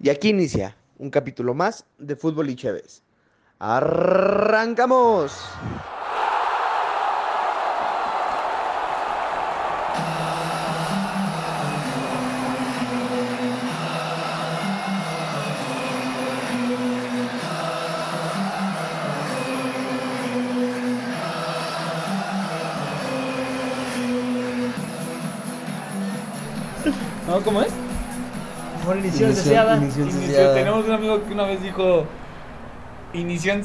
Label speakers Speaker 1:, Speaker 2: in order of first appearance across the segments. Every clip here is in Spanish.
Speaker 1: Y aquí inicia un capítulo más de Fútbol y Chévez. ¡Arrancamos!
Speaker 2: ¿No? ¿Cómo es?
Speaker 3: Por inición
Speaker 4: Inició-
Speaker 3: deseada.
Speaker 4: inició
Speaker 2: Inició-
Speaker 4: ceseada.
Speaker 2: Tenemos un amigo que una vez dijo inición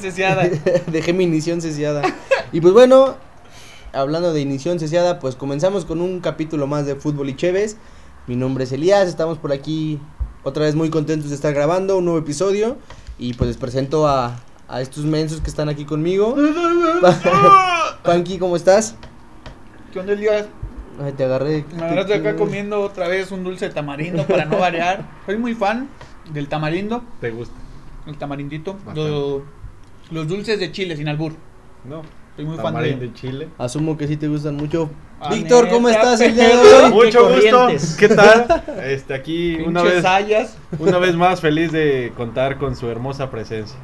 Speaker 2: ceseada.
Speaker 4: Dejé mi inición ceseada. Y pues bueno, hablando de inición ceseada, pues comenzamos con un capítulo más de Fútbol y Chévez. Mi nombre es Elías, estamos por aquí otra vez muy contentos de estar grabando un nuevo episodio. Y pues les presento a, a estos mensos que están aquí conmigo. Pa- Panky, ¿cómo estás?
Speaker 2: ¿Qué onda, Elías?
Speaker 4: Ay, te agarré.
Speaker 2: Me agarraste acá comiendo otra vez un dulce de tamarindo para no variar. Soy muy fan del tamarindo,
Speaker 5: ¿Te gusta?
Speaker 2: el tamarindito,
Speaker 5: Bastante.
Speaker 2: lo- los dulces de chile sin albur.
Speaker 5: No.
Speaker 2: Soy muy fan
Speaker 5: Tamarindo
Speaker 2: de
Speaker 5: de Chile.
Speaker 4: Asumo que sí te gustan mucho.
Speaker 2: Ah,
Speaker 4: Víctor, ¿cómo
Speaker 2: neta,
Speaker 4: estás el día de
Speaker 2: pero-
Speaker 4: hoy?
Speaker 5: Mucho gusto.
Speaker 3: Corrientes.
Speaker 5: ¿Qué tal? Este aquí una
Speaker 2: pinches
Speaker 5: vez
Speaker 2: sayas.
Speaker 5: una vez más feliz de contar con su hermosa presencia.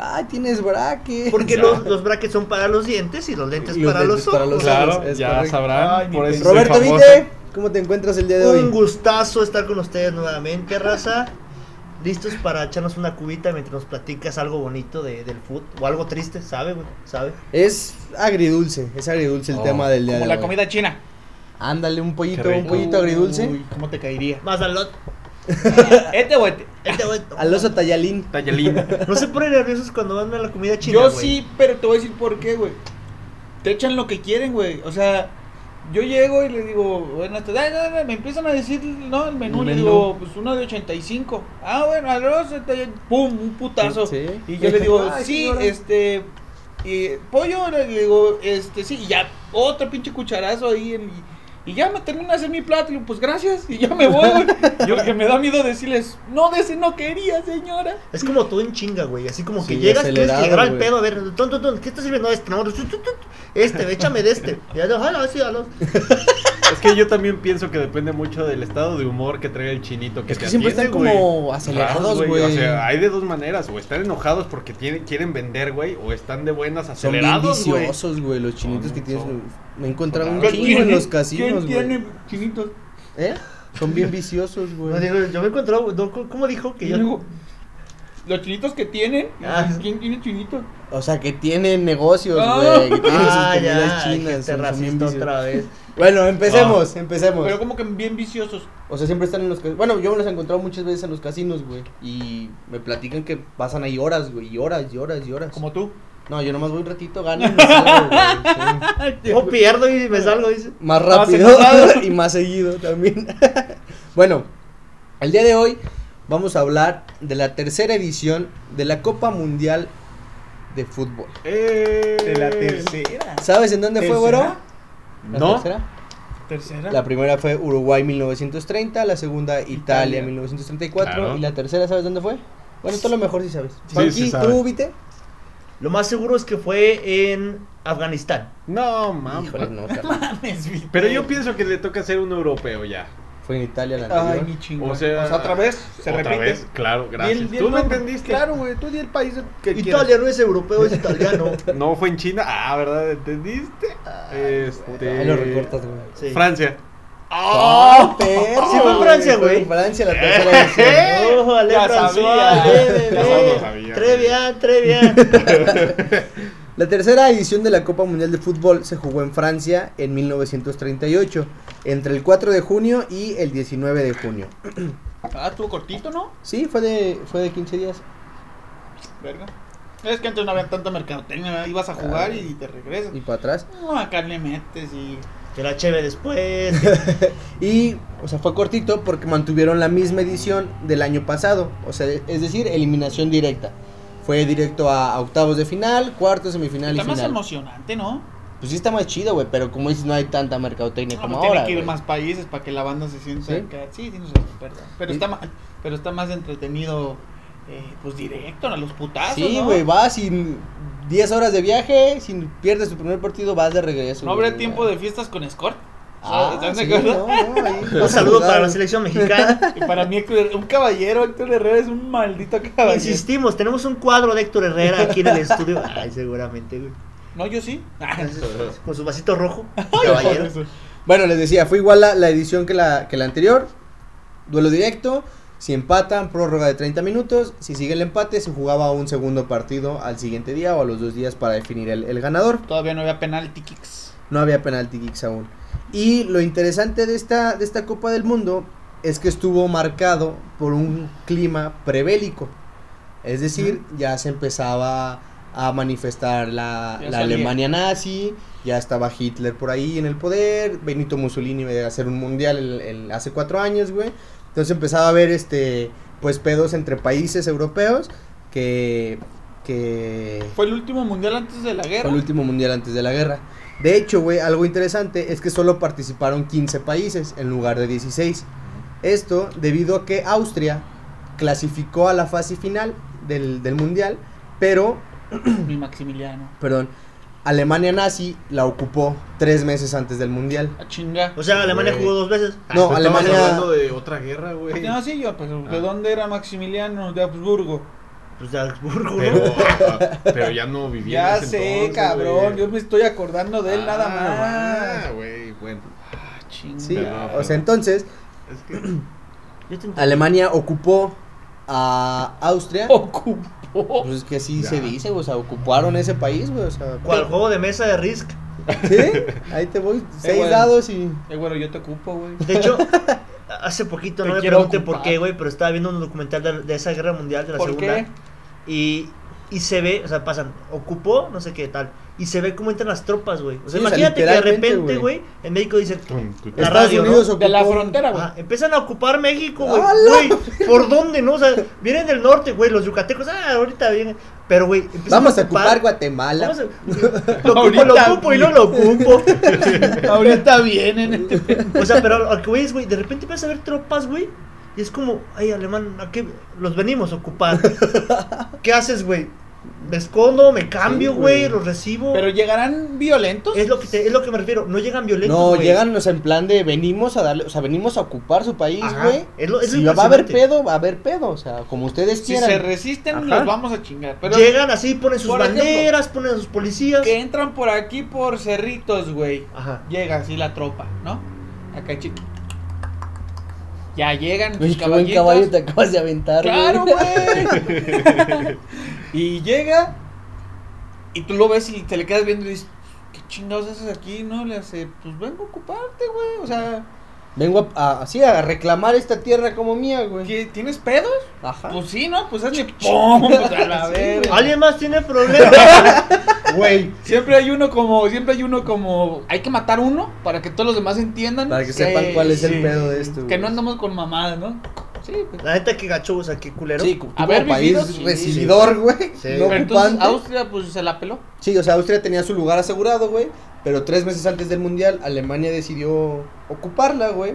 Speaker 4: Ay, tienes braque.
Speaker 3: Porque los, los brackets son para los dientes y los lentes,
Speaker 4: Y los
Speaker 3: para,
Speaker 4: lentes
Speaker 3: los
Speaker 4: para los
Speaker 3: ojos.
Speaker 5: Claro,
Speaker 4: es
Speaker 5: ya
Speaker 4: correcto.
Speaker 5: sabrán,
Speaker 2: Ay, mi
Speaker 5: por eso soy
Speaker 4: Roberto
Speaker 5: famoso.
Speaker 4: Vite, ¿cómo te encuentras el día de hoy?
Speaker 3: Un gustazo estar con ustedes nuevamente, raza. Listos para echarnos una cubita mientras nos platicas algo bonito de, del fútbol o algo triste, ¿sabe, güey? ¿Sabe?
Speaker 4: Es agridulce, es agridulce el
Speaker 5: Oh.
Speaker 4: tema del día
Speaker 2: Como
Speaker 4: de
Speaker 2: la
Speaker 4: hoy.
Speaker 2: comida china.
Speaker 4: Ándale, un pollito,
Speaker 5: Qué
Speaker 4: un
Speaker 5: rico.
Speaker 4: pollito agridulce.
Speaker 2: Uy, ¿Cómo te caería?
Speaker 3: Más al lot.
Speaker 2: ¿Este o este?
Speaker 3: Este, güey, no.
Speaker 4: Al oso tayalín.
Speaker 5: Tayalina.
Speaker 3: No se ponen nerviosos cuando van a la comida china.
Speaker 2: yo
Speaker 3: güey.
Speaker 2: sí, pero te voy a decir por qué, güey. Te echan lo que quieren, güey. O sea, yo llego y le digo, bueno, hasta- ay, ay, ay, me empiezan a decir, ¿no? El menú,
Speaker 4: El
Speaker 2: le
Speaker 4: menú.
Speaker 2: digo, pues uno de 85. Ah, bueno, a los, este, pum, un putazo.
Speaker 4: Sí.
Speaker 2: Y yo le digo,
Speaker 4: Ay,
Speaker 2: sí,
Speaker 4: señora.
Speaker 2: este, y, pollo, le digo, este, sí, y ya, otro pinche cucharazo ahí en- Y ya me termino de hacer mi plato y digo, pues gracias, y ya me voy, güey. Porque me da miedo decirles, no, de ese no quería, señora.
Speaker 3: Es como tú en chinga, güey. Así como que
Speaker 4: Sí,
Speaker 3: llegas, quieres
Speaker 4: acelerado,
Speaker 3: llegar al
Speaker 4: güey.
Speaker 3: pedo, a ver, ton, ton, ton, ¿qué está sirviendo este? No, tu, tu, tu, este, échame de este. Y ya, ojalá, sí, a los.
Speaker 5: es que yo también pienso que depende mucho del estado de humor que trae el chinito que
Speaker 4: Es que
Speaker 5: te
Speaker 4: siempre
Speaker 5: atiende,
Speaker 4: están como
Speaker 5: güey.
Speaker 4: acelerados,
Speaker 5: Raros,
Speaker 4: güey.
Speaker 5: O sea, hay de dos maneras, o están enojados porque tienen, quieren vender, güey, o están de buenas
Speaker 4: Son bien
Speaker 5: acelerados, güey.
Speaker 4: viciosos, güey, los chinitos
Speaker 5: Son-
Speaker 4: que tienes.
Speaker 5: son-
Speaker 4: Me he encontrado un
Speaker 5: ¿Quién
Speaker 4: chingo en los
Speaker 2: Ah, ¿Quién
Speaker 4: casinos, güey.
Speaker 2: tiene chinitos?
Speaker 4: ¿Eh? Son bien viciosos,
Speaker 3: No,
Speaker 4: güey.
Speaker 3: digo, yo me encontré, no, ¿cómo dijo que
Speaker 2: Y
Speaker 3: yo?
Speaker 2: luego, los chinitos que tienen,
Speaker 3: Ah.
Speaker 2: ¿quién tiene chinitos?
Speaker 4: O sea, que tienen negocios,
Speaker 2: Ah.
Speaker 4: güey. Que tienen sus
Speaker 3: Ah, ya,
Speaker 4: comidas
Speaker 3: chinas,
Speaker 4: chinas.
Speaker 3: te
Speaker 4: Son, son bien
Speaker 3: racista
Speaker 4: viciosos.
Speaker 3: otra vez.
Speaker 4: Bueno, empecemos, empecemos.
Speaker 2: Pero como que bien viciosos.
Speaker 4: O sea, siempre están en los casinos. Bueno, yo me los he encontrado muchas veces en los casinos, güey. Y me platican que pasan ahí horas, güey. Y horas, y horas, y horas.
Speaker 2: Como tú.
Speaker 4: No, yo nomás voy un ratito, gano y me salgo, güey, sí.
Speaker 2: Oh,
Speaker 3: No pierdo y me salgo, dice.
Speaker 4: Más
Speaker 2: Más
Speaker 4: rápido
Speaker 2: enojado.
Speaker 4: y más seguido también. bueno, el día de hoy vamos a hablar de la tercera edición de la Copa Mundial de Fútbol.
Speaker 5: Eh.
Speaker 2: tercera.
Speaker 4: ¿Sabes en dónde fue, güero?
Speaker 2: ¿Tercera?
Speaker 4: ¿La
Speaker 5: No.
Speaker 4: tercera?
Speaker 3: Ah.
Speaker 2: ¿Tercera?
Speaker 4: La primera fue Uruguay 1930, la segunda Italia,
Speaker 2: Italia.
Speaker 4: 1934
Speaker 5: Claro.
Speaker 4: y la tercera, ¿sabes dónde fue? Bueno, tú a lo mejor sí sabes.
Speaker 5: Sí,
Speaker 4: Juanqui,
Speaker 5: sí sabe.
Speaker 4: ¿tú viste?
Speaker 3: Lo más seguro es que fue en Afganistán.
Speaker 5: No, mames.
Speaker 4: Híjole, no, carnal.
Speaker 2: Mames, Víctor.
Speaker 5: Pero yo pienso que le toca ser un europeo ya.
Speaker 4: Fue en Italia la
Speaker 2: Ay,
Speaker 4: anterior.
Speaker 2: mi chingón. Pues,
Speaker 5: O sea,
Speaker 2: otra vez se
Speaker 5: ¿Otra
Speaker 2: repite.
Speaker 5: vez? Claro, gracias.
Speaker 2: Di el- di el
Speaker 5: Tú lo
Speaker 2: nombre.
Speaker 5: entendiste.
Speaker 2: Claro, güey. Tú di el país que quieras.
Speaker 3: Italia no es europeo, es italiano.
Speaker 5: No fue en China. Ah, ¿verdad? ¿Entendiste? Este...
Speaker 4: Ahí lo recortas, güey.
Speaker 3: Sí.
Speaker 5: Francia.
Speaker 4: ¡Oh, perro,
Speaker 3: Ah. Sí fue en Francia, güey.
Speaker 4: Fue en Francia la tercera edición.
Speaker 3: Ojalá,
Speaker 2: Ya
Speaker 3: François,
Speaker 2: sabía.
Speaker 3: bebé,
Speaker 5: Ya
Speaker 3: bebé.
Speaker 5: sabía.
Speaker 3: Très bien, très bien.
Speaker 4: La tercera edición de la Copa Mundial de Fútbol se jugó en Francia en 1938, entre el 4 de junio y el 19 de junio.
Speaker 2: Ah, estuvo cortito, ¿no?
Speaker 4: Sí, fue de, fue de 15 días.
Speaker 2: Verga. Es que antes no había tanta mercadotecnia. ¿verdad? Ibas a jugar y te regresas.
Speaker 4: Y para atrás.
Speaker 2: No, acá le metes y...
Speaker 3: Que la cheve después.
Speaker 4: Y, o sea, fue cortito porque mantuvieron la misma edición del año pasado. O sea, es decir, eliminación directa. Fue directo a, a octavos de final, cuartos, semifinal y
Speaker 2: Está más
Speaker 4: final.
Speaker 2: emocionante, ¿no?
Speaker 4: Pues sí está más chido, güey, pero como dices, no hay tanta mercadotecnia
Speaker 2: No,
Speaker 4: como
Speaker 2: pues tiene
Speaker 4: ahora.
Speaker 2: que ir
Speaker 4: güey.
Speaker 2: más países para que la banda se sienta
Speaker 4: ¿Sí?
Speaker 2: acá. Sí, sí, no sé, perdón. Pero,
Speaker 4: ¿Sí?
Speaker 2: está más, pero está más entretenido, eh, pues directo, a los putazos.
Speaker 4: Sí,
Speaker 2: ¿no?
Speaker 4: güey, vas sin 10 horas de viaje, si pierdes tu primer partido, vas de regreso.
Speaker 2: No habrá
Speaker 4: güey,
Speaker 2: tiempo
Speaker 4: ya.
Speaker 2: de fiestas con escort.
Speaker 4: Ah,
Speaker 2: ¿Estás de
Speaker 4: sí,
Speaker 2: acuerdo?
Speaker 4: no, no, ahí.
Speaker 3: Un saludo para la selección mexicana.
Speaker 2: Y para mí, Héctor- un caballero, Héctor Herrera es un maldito caballero.
Speaker 3: Insistimos, tenemos un cuadro de Héctor Herrera aquí en el estudio. Ay, seguramente, güey.
Speaker 2: No, yo sí.
Speaker 4: Ah,
Speaker 3: Con su vasito rojo. Caballero.
Speaker 4: Bueno, les decía, fue igual la, la edición que la, que la anterior. Duelo directo. Si empatan, prórroga de 30 minutos. Si sigue el empate, se jugaba un segundo partido al siguiente día o a los dos días para definir el, el ganador.
Speaker 2: Todavía no había penalty kicks.
Speaker 4: No había penalti kicks aún. Y lo interesante de esta, de esta Copa del Mundo es que estuvo marcado por un clima prebélico. Es decir, ya se empezaba a manifestar la,
Speaker 2: Ya
Speaker 4: la
Speaker 2: salía.
Speaker 4: Alemania nazi, ya estaba Hitler por ahí en el poder, Benito Mussolini iba a hacer un mundial el- el- hace cuatro años, güey. Entonces empezaba a haber este, pues pedos entre países europeos que, que
Speaker 2: Fue el último mundial antes de la
Speaker 4: fue
Speaker 2: guerra.
Speaker 4: el último mundial antes de la guerra. De hecho, güey, algo interesante es que solo participaron 15 países en lugar de 16. Esto debido a que Austria clasificó a la fase final del, del mundial, pero,
Speaker 2: Mi Maximiliano.
Speaker 4: perdón, Alemania nazi la ocupó tres meses antes del mundial.
Speaker 2: A chinga.
Speaker 4: Pues,
Speaker 3: O sea, Alemania
Speaker 5: Güey.
Speaker 3: jugó dos veces.
Speaker 4: No,
Speaker 5: Pues estamos
Speaker 4: Alemania...
Speaker 5: hablando de otra guerra, güey.
Speaker 2: No, sí, yo, pues,
Speaker 4: Ah.
Speaker 2: ¿de dónde era Maximiliano? De Habsburgo.
Speaker 3: Pues de Habsburgo, ¿no?
Speaker 5: Pero, ah, pero ya no vivía.
Speaker 2: Ya
Speaker 5: en ese
Speaker 2: sé,
Speaker 5: entonces,
Speaker 2: cabrón.
Speaker 5: güey.
Speaker 2: Yo me estoy acordando de él nada
Speaker 5: Ah,
Speaker 2: más.
Speaker 5: güey, bueno.
Speaker 2: Ah, chinga.
Speaker 4: Sí,
Speaker 5: Perdón,
Speaker 4: o sea,
Speaker 5: perdón.
Speaker 4: entonces
Speaker 5: Es que
Speaker 3: Yo te entendí.
Speaker 4: Alemania ocupó a Austria.
Speaker 2: Oh. Ocupó.
Speaker 4: Pues es que así
Speaker 5: Ya.
Speaker 4: se dice, o sea, ocuparon ese país, güey, o sea...
Speaker 3: ¿Cuál juego de mesa de Risk?
Speaker 4: ¿Sí? Ahí te voy, seis
Speaker 2: bueno.
Speaker 4: dados y...
Speaker 2: Eh, bueno, yo te ocupo, güey.
Speaker 3: De hecho, hace poquito
Speaker 2: Te
Speaker 3: no me
Speaker 2: quiero
Speaker 3: pregunté
Speaker 2: ocupar.
Speaker 3: por qué, güey, pero estaba viendo un documental de, de esa guerra mundial, de la
Speaker 2: ¿Por
Speaker 3: segunda.
Speaker 2: qué?
Speaker 3: Y, y se ve, o sea, pasan, ocupó, no sé qué tal. Y se ve cómo entran las tropas, güey. O sea,
Speaker 4: Sí, o sea,
Speaker 3: imagínate que de
Speaker 4: literalmente,
Speaker 3: repente,
Speaker 4: güey.
Speaker 3: güey, en México dicen, La
Speaker 4: Estados
Speaker 3: radio, ¿no?
Speaker 4: Unidos
Speaker 2: De la
Speaker 4: ocupó-
Speaker 2: frontera, güey.
Speaker 3: ah, empiezan a ocupar México, güey.
Speaker 4: ¡Hala!
Speaker 3: Güey, ¿Por dónde, no? O sea, vienen del norte, güey, los yucatecos, ah, ahorita vienen. Pero, güey, empiezan
Speaker 4: Vamos a ocupar Guatemala.
Speaker 3: Vamos a- Lo ocupo, lo
Speaker 2: Ahorita
Speaker 3: ocupo y no lo ocupo.
Speaker 2: Ahorita vienen este
Speaker 3: O sea, pero al que güey, es, güey, de repente vas a ver tropas, güey. Y es como, ay, alemán, ¿a qué? Los venimos a ocupar. ¿Qué haces, güey? Me escondo, me cambio,
Speaker 4: Sí,
Speaker 3: güey,
Speaker 4: güey.
Speaker 3: los recibo.
Speaker 2: Pero llegarán violentos.
Speaker 3: es lo que te- es lo que me refiero, no llegan violentos,
Speaker 4: No,
Speaker 3: güey.
Speaker 4: llegan, o sea, en plan de venimos a darle, o sea, venimos a ocupar su país,
Speaker 3: Ajá,
Speaker 4: güey.
Speaker 3: es lo- es lo
Speaker 4: Si va a haber
Speaker 3: impresionante.
Speaker 4: pedo, va a haber pedo, o sea, como ustedes
Speaker 2: Si se
Speaker 4: quieran.
Speaker 2: resisten,
Speaker 4: Ajá.
Speaker 2: los vamos a chingar. Pero
Speaker 3: llegan así, ponen sus
Speaker 2: por ejemplo,
Speaker 3: banderas, ponen a sus policías.
Speaker 2: que entran por aquí por cerritos, güey.
Speaker 3: Ajá.
Speaker 2: Llega así la tropa, ¿no? Acá chico. Ya llegan
Speaker 4: Güey,
Speaker 2: sus
Speaker 4: qué buen caballo
Speaker 2: caballitos.
Speaker 4: te acabas de aventar, güey.
Speaker 2: Claro, güey. y llega y tú lo ves y te le quedas viendo y dices, ¿qué chingados haces aquí? No, le hace, pues vengo a ocuparte, güey. O sea,
Speaker 4: Vengo a, a- así, a reclamar esta tierra como mía, güey.
Speaker 2: ¿qué- ¿tienes pedos?
Speaker 4: Ajá.
Speaker 2: Pues sí, ¿no? Pues hazme pum, pues a la
Speaker 4: Sí,
Speaker 2: verga.
Speaker 3: ¿Alguien más tiene problemas?
Speaker 5: Güey.
Speaker 2: Siempre hay uno como, siempre hay uno como, hay que matar uno para que todos los demás entiendan.
Speaker 4: Para que sepan cuál es
Speaker 2: sí,
Speaker 4: el pedo de esto,
Speaker 2: Que
Speaker 4: güey. Eh,
Speaker 2: no andamos con mamadas, ¿no? Sí, pues.
Speaker 3: La neta que gacho, o sea, qué culero.
Speaker 4: Sí, tú
Speaker 2: A
Speaker 4: como
Speaker 2: ver,
Speaker 4: país
Speaker 2: vividos, sí.
Speaker 4: recibidor, güey.
Speaker 3: Sí.
Speaker 4: No
Speaker 2: Pero entonces
Speaker 4: ocupante.
Speaker 2: Austria pues se la peló.
Speaker 4: Sí, o sea, Austria tenía su lugar asegurado, güey. Pero tres meses antes del mundial, Alemania decidió ocuparla, güey.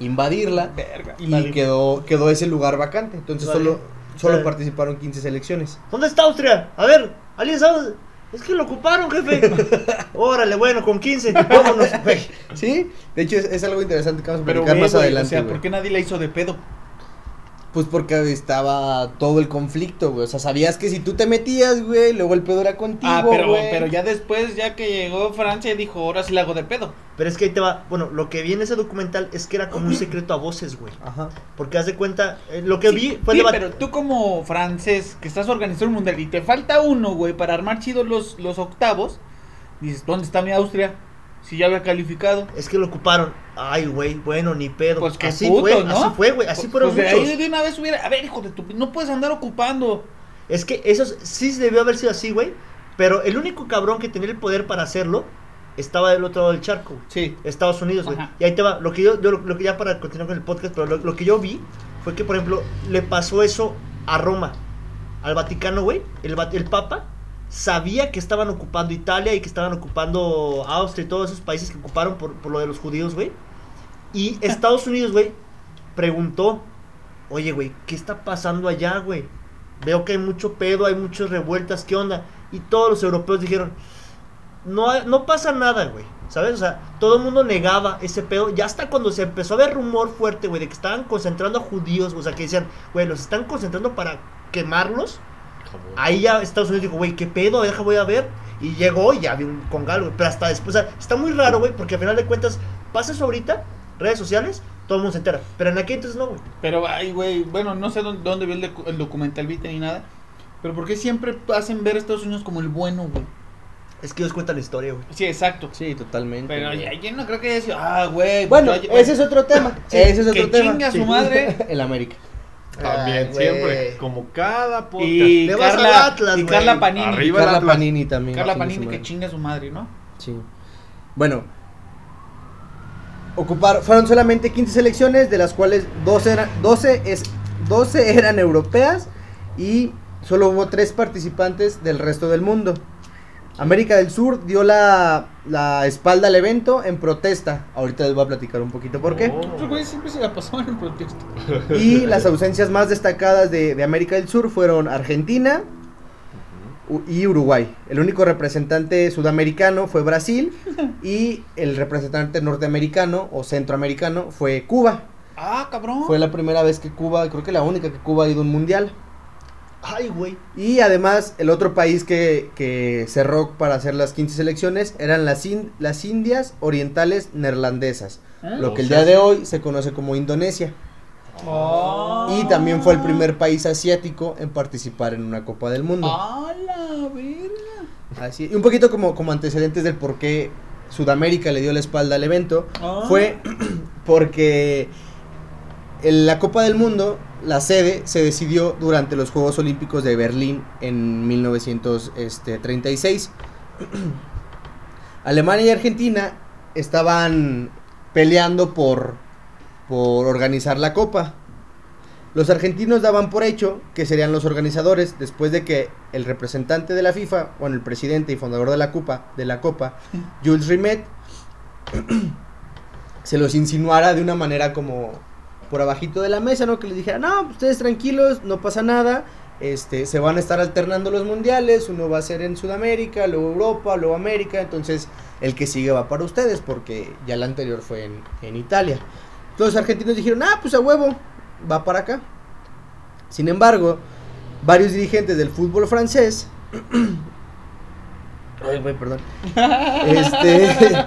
Speaker 4: Invadirla.
Speaker 2: Verga.
Speaker 4: Y quedó, quedó ese lugar vacante. Entonces
Speaker 3: Vale.
Speaker 4: solo, solo
Speaker 3: Vale.
Speaker 4: participaron 15 selecciones.
Speaker 3: ¿Dónde está Austria? A ver, ¿alguien sabe? Es que lo ocuparon, jefe. Órale, bueno, con 15. Vámonos, güey.
Speaker 4: Sí, de hecho es, es algo interesante que vamos a
Speaker 2: Pero
Speaker 4: platicar
Speaker 2: ve,
Speaker 4: más
Speaker 2: güey,
Speaker 4: adelante.
Speaker 2: o sea,
Speaker 4: güey.
Speaker 2: ¿por qué nadie la hizo de pedo?
Speaker 4: Pues porque estaba todo el conflicto, güey. O sea, sabías que si tú te metías, güey, luego el pedo era contigo.
Speaker 2: Ah, pero,
Speaker 4: güey.
Speaker 2: pero ya después, ya que llegó Francia, dijo, ahora sí la hago de pedo.
Speaker 3: Pero es que ahí te va. Bueno, lo que vi en ese documental es que era como un secreto a voces, güey.
Speaker 4: Ajá.
Speaker 3: Porque haz de cuenta, eh, lo que vi fue
Speaker 2: Sí,
Speaker 3: el debate.
Speaker 2: pero tú como francés que estás organizando un mundial y te falta uno, güey, para armar chido los, los octavos, dices, ¿dónde está mi Austria? Si ya había calificado.
Speaker 3: Es que lo ocuparon. Ay, güey, bueno, ni pedo.
Speaker 2: Pues qué
Speaker 3: así
Speaker 2: puto,
Speaker 3: fue,
Speaker 2: ¿no?
Speaker 3: así fue, güey. Así fueron
Speaker 2: pues de
Speaker 3: muchos.
Speaker 2: ahí de una vez hubiera, a ver, hijo de tu, no puedes andar ocupando.
Speaker 3: Es que eso sí debió haber sido así, güey. Pero el único cabrón que tenía el poder para hacerlo estaba del otro lado del charco, güey.
Speaker 2: Sí.
Speaker 3: Estados Unidos, güey.
Speaker 2: Ajá.
Speaker 3: Y ahí te va, lo que yo, yo lo, lo que ya para continuar con el podcast, pero lo, lo que yo vi fue que, por ejemplo, le pasó eso a Roma, al Vaticano, güey. El, va- el Papa sabía que estaban ocupando Italia y que estaban ocupando Austria y todos esos países que ocuparon por, por lo de los judíos, güey. Y Estados Unidos, güey, preguntó, oye, güey, ¿qué está pasando allá, güey? Veo que hay mucho pedo, hay muchas revueltas, ¿qué onda? Y todos los europeos dijeron, no, ha- no pasa nada, güey. ¿Sabes? O sea, todo el mundo negaba ese pedo. Ya hasta cuando se empezó a ver rumor fuerte, güey, de que estaban concentrando a judíos. O sea, que decían, güey, los están concentrando para quemarlos. Ahí ya Estados Unidos dijo, güey, ¿qué pedo? Deja, voy a ver. Y llegó y ya había un congal, güey. Pero hasta después, o sea, está muy raro, güey, porque al final de cuentas, pasas ahorita, redes sociales, todo el mundo se entera. Pero en aquel entonces no, güey.
Speaker 2: Pero, ay, güey, bueno, no sé dónde, dónde vi el, docu- el documental, viste ni nada. Pero, ¿por qué siempre hacen ver a Estados Unidos como el bueno, güey?
Speaker 3: Es que ellos cuentan la historia, güey.
Speaker 2: Sí, exacto.
Speaker 4: Sí, totalmente.
Speaker 2: Pero
Speaker 4: güey.
Speaker 2: ya, yo no creo que haya sido, ah, güey.
Speaker 4: Bueno,
Speaker 2: porque-
Speaker 4: ese es otro tema. ese es
Speaker 2: que
Speaker 4: otro tema.
Speaker 2: chinga su
Speaker 4: Sí.
Speaker 2: madre.
Speaker 4: El América.
Speaker 5: También,
Speaker 3: Ay, güey.
Speaker 5: siempre. Como cada podcast.
Speaker 2: Y
Speaker 3: Le vas al
Speaker 2: Carla,
Speaker 3: Atlas,
Speaker 2: y
Speaker 3: güey.
Speaker 2: Carla Panini.
Speaker 5: Arriba. Viva el
Speaker 4: Carla
Speaker 5: Atlas.
Speaker 4: Panini también.
Speaker 2: Carla
Speaker 4: chinga su
Speaker 2: Panini,
Speaker 4: madre.
Speaker 2: que chinga su madre, ¿no?
Speaker 4: Sí. Bueno. Ocupar, fueron solamente 15 selecciones, de las cuales 12, era- 12, es, 12 eran europeas y solo hubo 3 participantes del resto del mundo. América del Sur dio la, la espalda al evento en protesta. Ahorita les voy a platicar un poquito por qué.
Speaker 5: Oh.
Speaker 2: Otros güeyes siempre se la pasaban en protesta.
Speaker 4: Y las ausencias más destacadas de, de América del Sur fueron Argentina u- y Uruguay. El único representante sudamericano fue Brasil y el representante norteamericano o centroamericano fue Cuba.
Speaker 2: Ah, cabrón.
Speaker 4: Fue la primera vez que Cuba, creo que la única que Cuba ha ido a un mundial.
Speaker 3: Ay, güey.
Speaker 4: Y además el otro país que, que cerró para hacer las 15 selecciones eran las, in- las Indias Orientales Neerlandesas,
Speaker 2: ¿Eh?
Speaker 4: lo que el día de hoy se conoce como Indonesia.
Speaker 2: Ah.
Speaker 4: Y también fue el primer país asiático en participar en una Copa del Mundo.
Speaker 2: ¡A la verga!
Speaker 4: Así, y un poquito como, como antecedentes del por qué Sudamérica le dio la espalda al evento,
Speaker 2: Ah.
Speaker 4: fue porque en la Copa del Mundo, la sede se decidió durante los Juegos Olímpicos de Berlín en este, 1936. Alemania y Argentina estaban peleando por, por organizar la Copa. Los argentinos daban por hecho que serían los organizadores después de que el representante de la FIFA, bueno, el presidente y fundador de la Copa, de la Copa, Jules Rimet, se los insinuara de una manera como por abajito de la mesa, ¿no? Que les dijera, no, ustedes tranquilos, no pasa nada, este, se van a estar alternando los mundiales, uno va a ser en Sudamérica, luego Europa, luego América, entonces el que sigue va para ustedes, porque ya el anterior fue en, en Italia. Los argentinos dijeron, ah, pues a huevo, va para acá. Sin embargo, varios dirigentes del fútbol francés. Ay, güey, perdón. Este.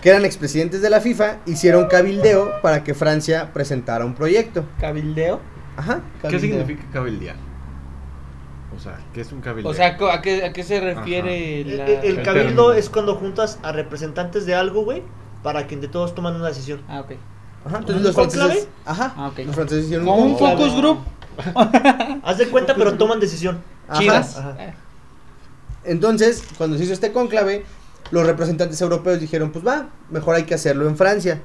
Speaker 4: que eran expresidentes de la FIFA, hicieron cabildeo para que Francia presentara un proyecto.
Speaker 2: ¿Cabildeo?
Speaker 4: Ajá.
Speaker 5: ¿Qué
Speaker 4: cabildeo.
Speaker 5: significa cabildear? O sea, ¿qué es un cabildear?
Speaker 2: O sea, ¿a qué, a qué se refiere
Speaker 3: El,
Speaker 2: la...
Speaker 3: el
Speaker 5: el
Speaker 3: cabildo
Speaker 5: término.
Speaker 3: es cuando juntas a representantes de algo, güey, para que entre todos toman una decisión.
Speaker 2: Ah, ok.
Speaker 4: Ajá, entonces los
Speaker 3: ¿Conclave?
Speaker 4: franceses. Ajá.
Speaker 2: Ah, ok.
Speaker 4: Los franceses hicieron
Speaker 2: Como un
Speaker 4: conclave.
Speaker 2: focus group.
Speaker 3: Haz de cuenta, pero toman decisión.
Speaker 4: Ajá.
Speaker 2: Chivas.
Speaker 3: ajá.
Speaker 2: Eh.
Speaker 4: Entonces, cuando se hizo este conclave, los representantes europeos dijeron, pues va, mejor hay que hacerlo en Francia.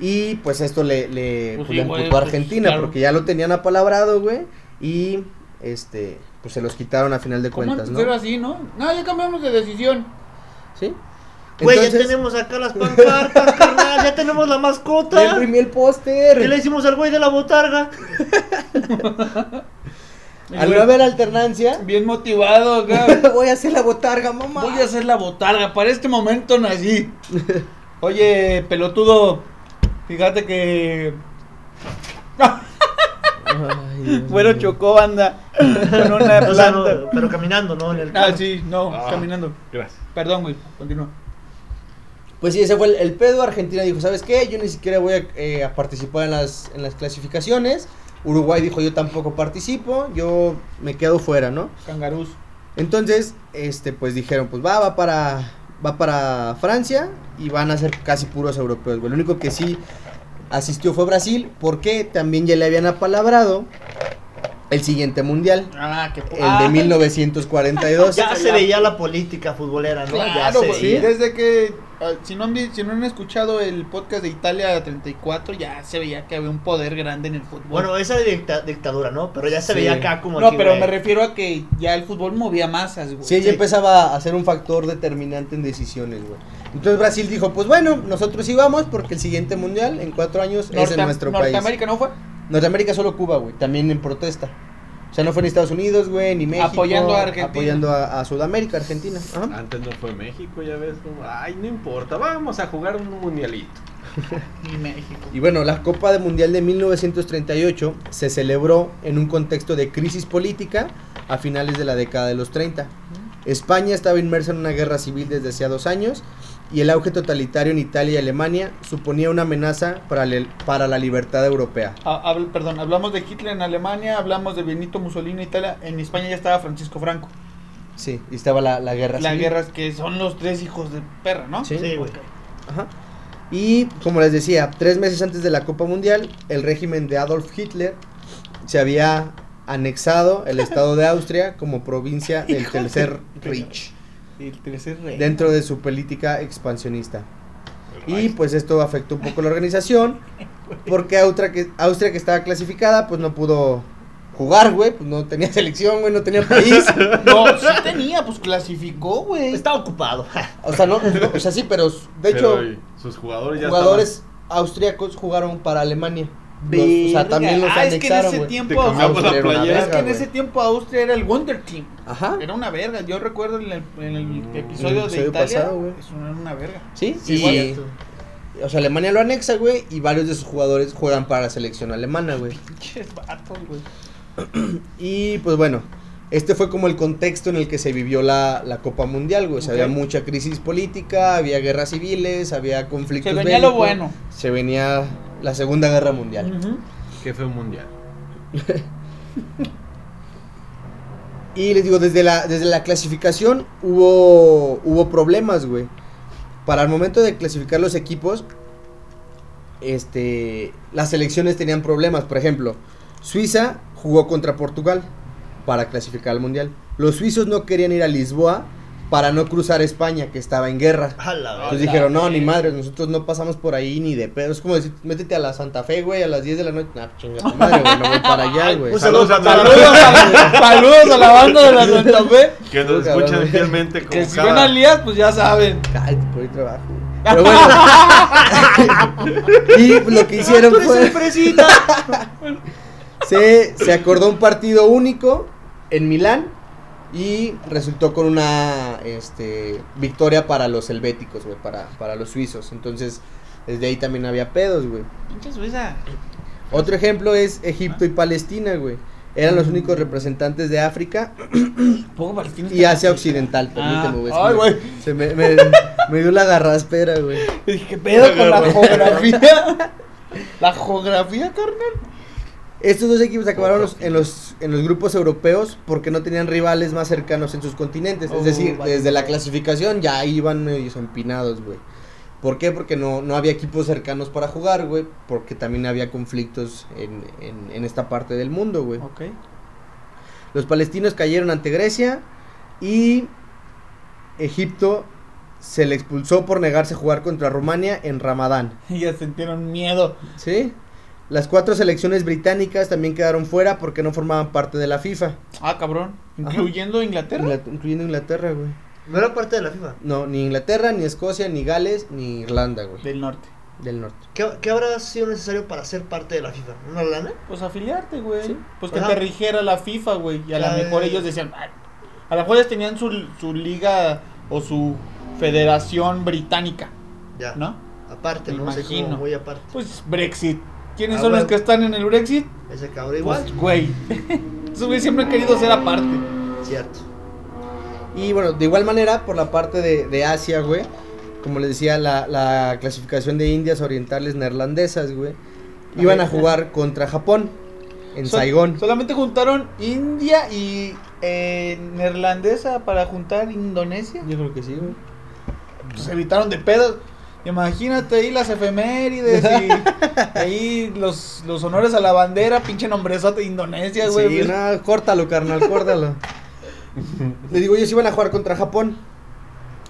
Speaker 4: Y pues esto le, le,
Speaker 2: Pues
Speaker 4: pues, le
Speaker 2: sí, güey,
Speaker 4: emputó a
Speaker 2: pues,
Speaker 4: Argentina,
Speaker 2: claro.
Speaker 4: porque ya lo tenían apalabrado, güey. Y este, pues se los quitaron a final de
Speaker 2: ¿Cómo
Speaker 4: cuentas,
Speaker 2: antes
Speaker 4: ¿no?
Speaker 2: era así, no? No, ya cambiamos de decisión.
Speaker 4: Sí.
Speaker 3: Güey, ya
Speaker 4: Entonces,
Speaker 3: tenemos acá las pancartas, carnal, ya tenemos la
Speaker 4: le
Speaker 3: mascota.
Speaker 4: imprimí el
Speaker 3: ¿Qué le
Speaker 4: póster.
Speaker 3: hicimos al güey de la botarga?
Speaker 4: Al no haber alternancia,
Speaker 2: Bien motivado acá.
Speaker 4: voy a hacer la botarga, mamá.
Speaker 2: Voy a hacer la botarga. Para este momento nací. Oye, pelotudo. Fíjate que...
Speaker 4: Ay, Dios
Speaker 2: Bueno,
Speaker 4: mío.
Speaker 2: chocó, banda. Con una
Speaker 3: O sea, no,
Speaker 2: planta.
Speaker 3: pero caminando, ¿no? En el
Speaker 2: Ah,
Speaker 3: carro.
Speaker 2: sí, no,
Speaker 5: Ah.
Speaker 2: caminando.
Speaker 5: Gracias.
Speaker 2: Perdón, güey, continúa.
Speaker 4: Pues sí, ese fue el, el pedo. Argentina dijo, ¿sabes qué? Yo ni siquiera voy a, eh, a participar en las, en las clasificaciones. Uruguay dijo, yo tampoco participo, yo me quedo fuera, ¿no?
Speaker 2: Cangarús.
Speaker 4: Entonces, este, pues dijeron, pues va, va para, va para Francia y van a ser casi puros europeos. güey. El único que sí asistió fue Brasil, porque también ya le habían apalabrado el siguiente mundial,
Speaker 2: Ah, qué po-
Speaker 4: el
Speaker 2: ah,
Speaker 4: de 1942.
Speaker 3: Ya se veía la política futbolera, ¿no? Ya
Speaker 2: Claro,
Speaker 3: se
Speaker 2: güey.
Speaker 3: veía.
Speaker 2: Desde que. ah, Si no, han, vi- si no han escuchado el podcast de Italia 34, ya se veía que había un poder grande en el fútbol.
Speaker 3: Bueno, esa dicta- dictadura, ¿no? Pero ya se
Speaker 4: Sí.
Speaker 3: veía acá como
Speaker 2: no,
Speaker 3: aquí,
Speaker 2: pero
Speaker 3: güey.
Speaker 2: me refiero a que ya el fútbol movía masas, güey.
Speaker 4: Sí, ya empezaba a ser un factor determinante en decisiones, güey. Entonces Brasil dijo, pues bueno, nosotros íbamos porque el siguiente mundial en cuatro años es
Speaker 2: Norte-
Speaker 4: en nuestro país.
Speaker 2: Norteamérica no fue.
Speaker 4: Norteamérica solo Cuba, güey, también en protesta. O sea, no fue en Estados Unidos, güey, ni México.
Speaker 2: Apoyando a Argentina.
Speaker 4: Apoyando a, a Sudamérica, Argentina. Ajá.
Speaker 5: Antes no fue México, ya ves. no, Ay, no importa, vamos a jugar un mundialito.
Speaker 2: Ni México.
Speaker 4: Y bueno, la Copa de Mundial de 1938 se celebró en un contexto de crisis política a finales de la década de los 30. España estaba inmersa en una guerra civil desde hacía dos años y el auge totalitario en Italia y Alemania suponía una amenaza para, le- para la libertad europea.
Speaker 2: Ah, habl- perdón, hablamos de Hitler en Alemania, hablamos de Benito Mussolini en Italia, en España ya estaba Francisco Franco.
Speaker 4: Sí, y estaba la, la guerra
Speaker 2: Las
Speaker 4: civil.
Speaker 2: guerras que son los tres hijos de perra, ¿no?
Speaker 4: Sí.
Speaker 3: Sí, güey.
Speaker 4: Ajá. Y como les decía, tres meses antes de la Copa Mundial, el régimen de Adolf Hitler se había anexado el estado de Austria como provincia del
Speaker 2: Hijo de
Speaker 4: tercer
Speaker 2: perra.
Speaker 4: Reich
Speaker 2: El tercer rey.
Speaker 4: dentro de su política expansionista. Y
Speaker 5: Ay,
Speaker 4: pues esto afectó un poco la organización porque Austria que, Austria que estaba clasificada pues no pudo jugar, güey, pues no tenía selección, güey, no tenía país.
Speaker 2: No, sí tenía, pues clasificó, güey.
Speaker 3: Está ocupado.
Speaker 4: O sea, no, no, o sea, sí, pero s- de hecho
Speaker 5: pero, y sus jugadores ya
Speaker 4: jugadores austriacos jugaron para Alemania. Los- o sea,
Speaker 2: Verga.
Speaker 4: también los
Speaker 2: Ah, es que en
Speaker 4: anexaron,
Speaker 2: ese
Speaker 4: güey.
Speaker 5: estaban- Te
Speaker 2: tiempo
Speaker 5: cambiamos
Speaker 4: Austria
Speaker 5: la
Speaker 4: era una
Speaker 5: playera.
Speaker 2: Es que en
Speaker 4: güey.
Speaker 2: ese tiempo Austria era el Wonder Team.
Speaker 4: Ajá.
Speaker 2: Era una verga. Yo recuerdo en el, en el
Speaker 5: Mm.
Speaker 4: El
Speaker 2: episodio de
Speaker 4: episodio
Speaker 2: Italia.
Speaker 4: pasado, güey.
Speaker 2: es una, una verga.
Speaker 4: Sí,
Speaker 3: Sí,
Speaker 4: y-
Speaker 3: güey, tú.
Speaker 4: o sea, Alemania lo anexa, güey, y varios de sus jugadores juegan para la selección alemana, güey.
Speaker 2: Pinches vatos, güey.
Speaker 4: Y pues bueno, este fue como el contexto en el que se vivió la, la Copa Mundial, güey. O sea,
Speaker 2: Ok.
Speaker 4: había mucha crisis política, había guerras civiles, había conflictos.
Speaker 2: Se venía lo
Speaker 4: bélicos,
Speaker 2: bueno.
Speaker 4: Se venía la Segunda Guerra Mundial.
Speaker 2: Ujú.
Speaker 5: Que fue un mundial.
Speaker 4: Y les digo, desde la, desde la clasificación hubo, hubo problemas, güey. Para el momento de clasificar los equipos, este, las selecciones tenían problemas. Por ejemplo, Suiza jugó contra Portugal para clasificar al Mundial. Los suizos no querían ir a Lisboa para no cruzar España, que estaba en guerra.
Speaker 3: A la verga.
Speaker 4: Entonces dijeron, no, ni madre, nosotros no pasamos por ahí ni de pedo. Es como decir, métete a la Santa Fe, güey, a las 10 de la noche. Nah, chinga tu madre, güey, no voy para allá, güey.
Speaker 3: Un saludo
Speaker 5: Saludos a
Speaker 3: para-
Speaker 5: todos.
Speaker 2: Pues Saludos a, saludos a la banda de la Santa Fe.
Speaker 5: Que nos
Speaker 4: Cabrón,
Speaker 5: escuchan
Speaker 4: güey.
Speaker 5: fielmente como
Speaker 2: Que si ven
Speaker 5: cada-
Speaker 2: a Elías, pues ya saben.
Speaker 4: Cállate, por ahí trabajo. güey. Pero bueno. y lo que hicieron
Speaker 3: Tú eres
Speaker 4: fue.
Speaker 3: el fresita.
Speaker 4: Se, se acordó un partido único en Milán. Y resultó con una este, victoria para los helvéticos, güey, para, para los suizos. Entonces, desde ahí también había pedos, güey.
Speaker 2: Pinche Suiza.
Speaker 4: Otro ejemplo es Egipto y Palestina, güey. Eran los únicos representantes de África
Speaker 2: Poco Martín
Speaker 4: y
Speaker 2: está-
Speaker 4: Asia Occidental. Permíteme, güey. es que
Speaker 2: ay,
Speaker 4: me-
Speaker 2: güey.
Speaker 4: Se me, me, me dio la garraspera, güey.
Speaker 2: Dije, ¿qué pedo con la geografía? La geografía, carnal.
Speaker 4: Estos dos equipos acabaron los- en, los, en los grupos europeos porque no tenían rivales más cercanos en sus continentes.
Speaker 2: Oh,
Speaker 4: es decir,
Speaker 2: vale.
Speaker 4: desde la clasificación ya iban medios empinados, güey. ¿Por qué? Porque no, no había equipos cercanos para jugar, güey. Porque también había conflictos en, en, en esta parte del mundo, güey.
Speaker 2: Ok.
Speaker 4: Los palestinos cayeron ante Grecia y Egipto se le expulsó por negarse a jugar contra Rumania en Ramadán.
Speaker 2: Y ya sintieron miedo.
Speaker 4: ¿Sí? Las cuatro selecciones británicas también quedaron fuera porque no formaban parte de la FIFA.
Speaker 2: Ah, cabrón.
Speaker 4: Ajá.
Speaker 2: Incluyendo Inglaterra.
Speaker 4: Ingla- incluyendo Inglaterra, güey.
Speaker 3: No era parte de la FIFA.
Speaker 4: No, ni Inglaterra, ni Escocia, ni Gales, ni Irlanda, güey.
Speaker 2: Del norte.
Speaker 4: Del norte.
Speaker 3: ¿Qué, qué habrá sido necesario para ser parte de la FIFA? ¿Una lana?
Speaker 2: Pues afiliarte, güey.
Speaker 4: Sí.
Speaker 2: Pues que
Speaker 3: Ajá.
Speaker 2: te rigiera la FIFA, güey. Y a lo
Speaker 3: Ay.
Speaker 2: mejor ellos decían, "Ay". a lo mejor ellos tenían su, su liga o su federación británica,
Speaker 3: Ya.
Speaker 2: ¿no?
Speaker 3: Aparte, no sé
Speaker 2: Imagino.
Speaker 3: cómo voy aparte.
Speaker 2: Pues Brexit. ¿Quiénes
Speaker 3: Ah,
Speaker 2: son los
Speaker 3: güey.
Speaker 2: que están en el Brexit?
Speaker 3: Ese cabrón igual.
Speaker 2: Pues, güey. Esos güeyes siempre han querido ser aparte. Pues,
Speaker 3: Cierto.
Speaker 4: Y bueno, de igual manera, por la parte de, de Asia, güey, como les decía, la, la clasificación de Indias Orientales Neerlandesas, güey, iban a jugar contra Japón en
Speaker 2: Sol-
Speaker 4: Saigón.
Speaker 2: Solamente juntaron India y eh, neerlandesa para juntar Indonesia.
Speaker 4: Yo creo que sí, güey.
Speaker 2: Pues se evitaron de pedos. Imagínate ahí las efemérides y ahí los, los honores a la bandera, pinche nombrezote de Indonesia, güey.
Speaker 4: Sí, no, córtalo, carnal, córtalo. Le digo, ellos iban a jugar contra Japón.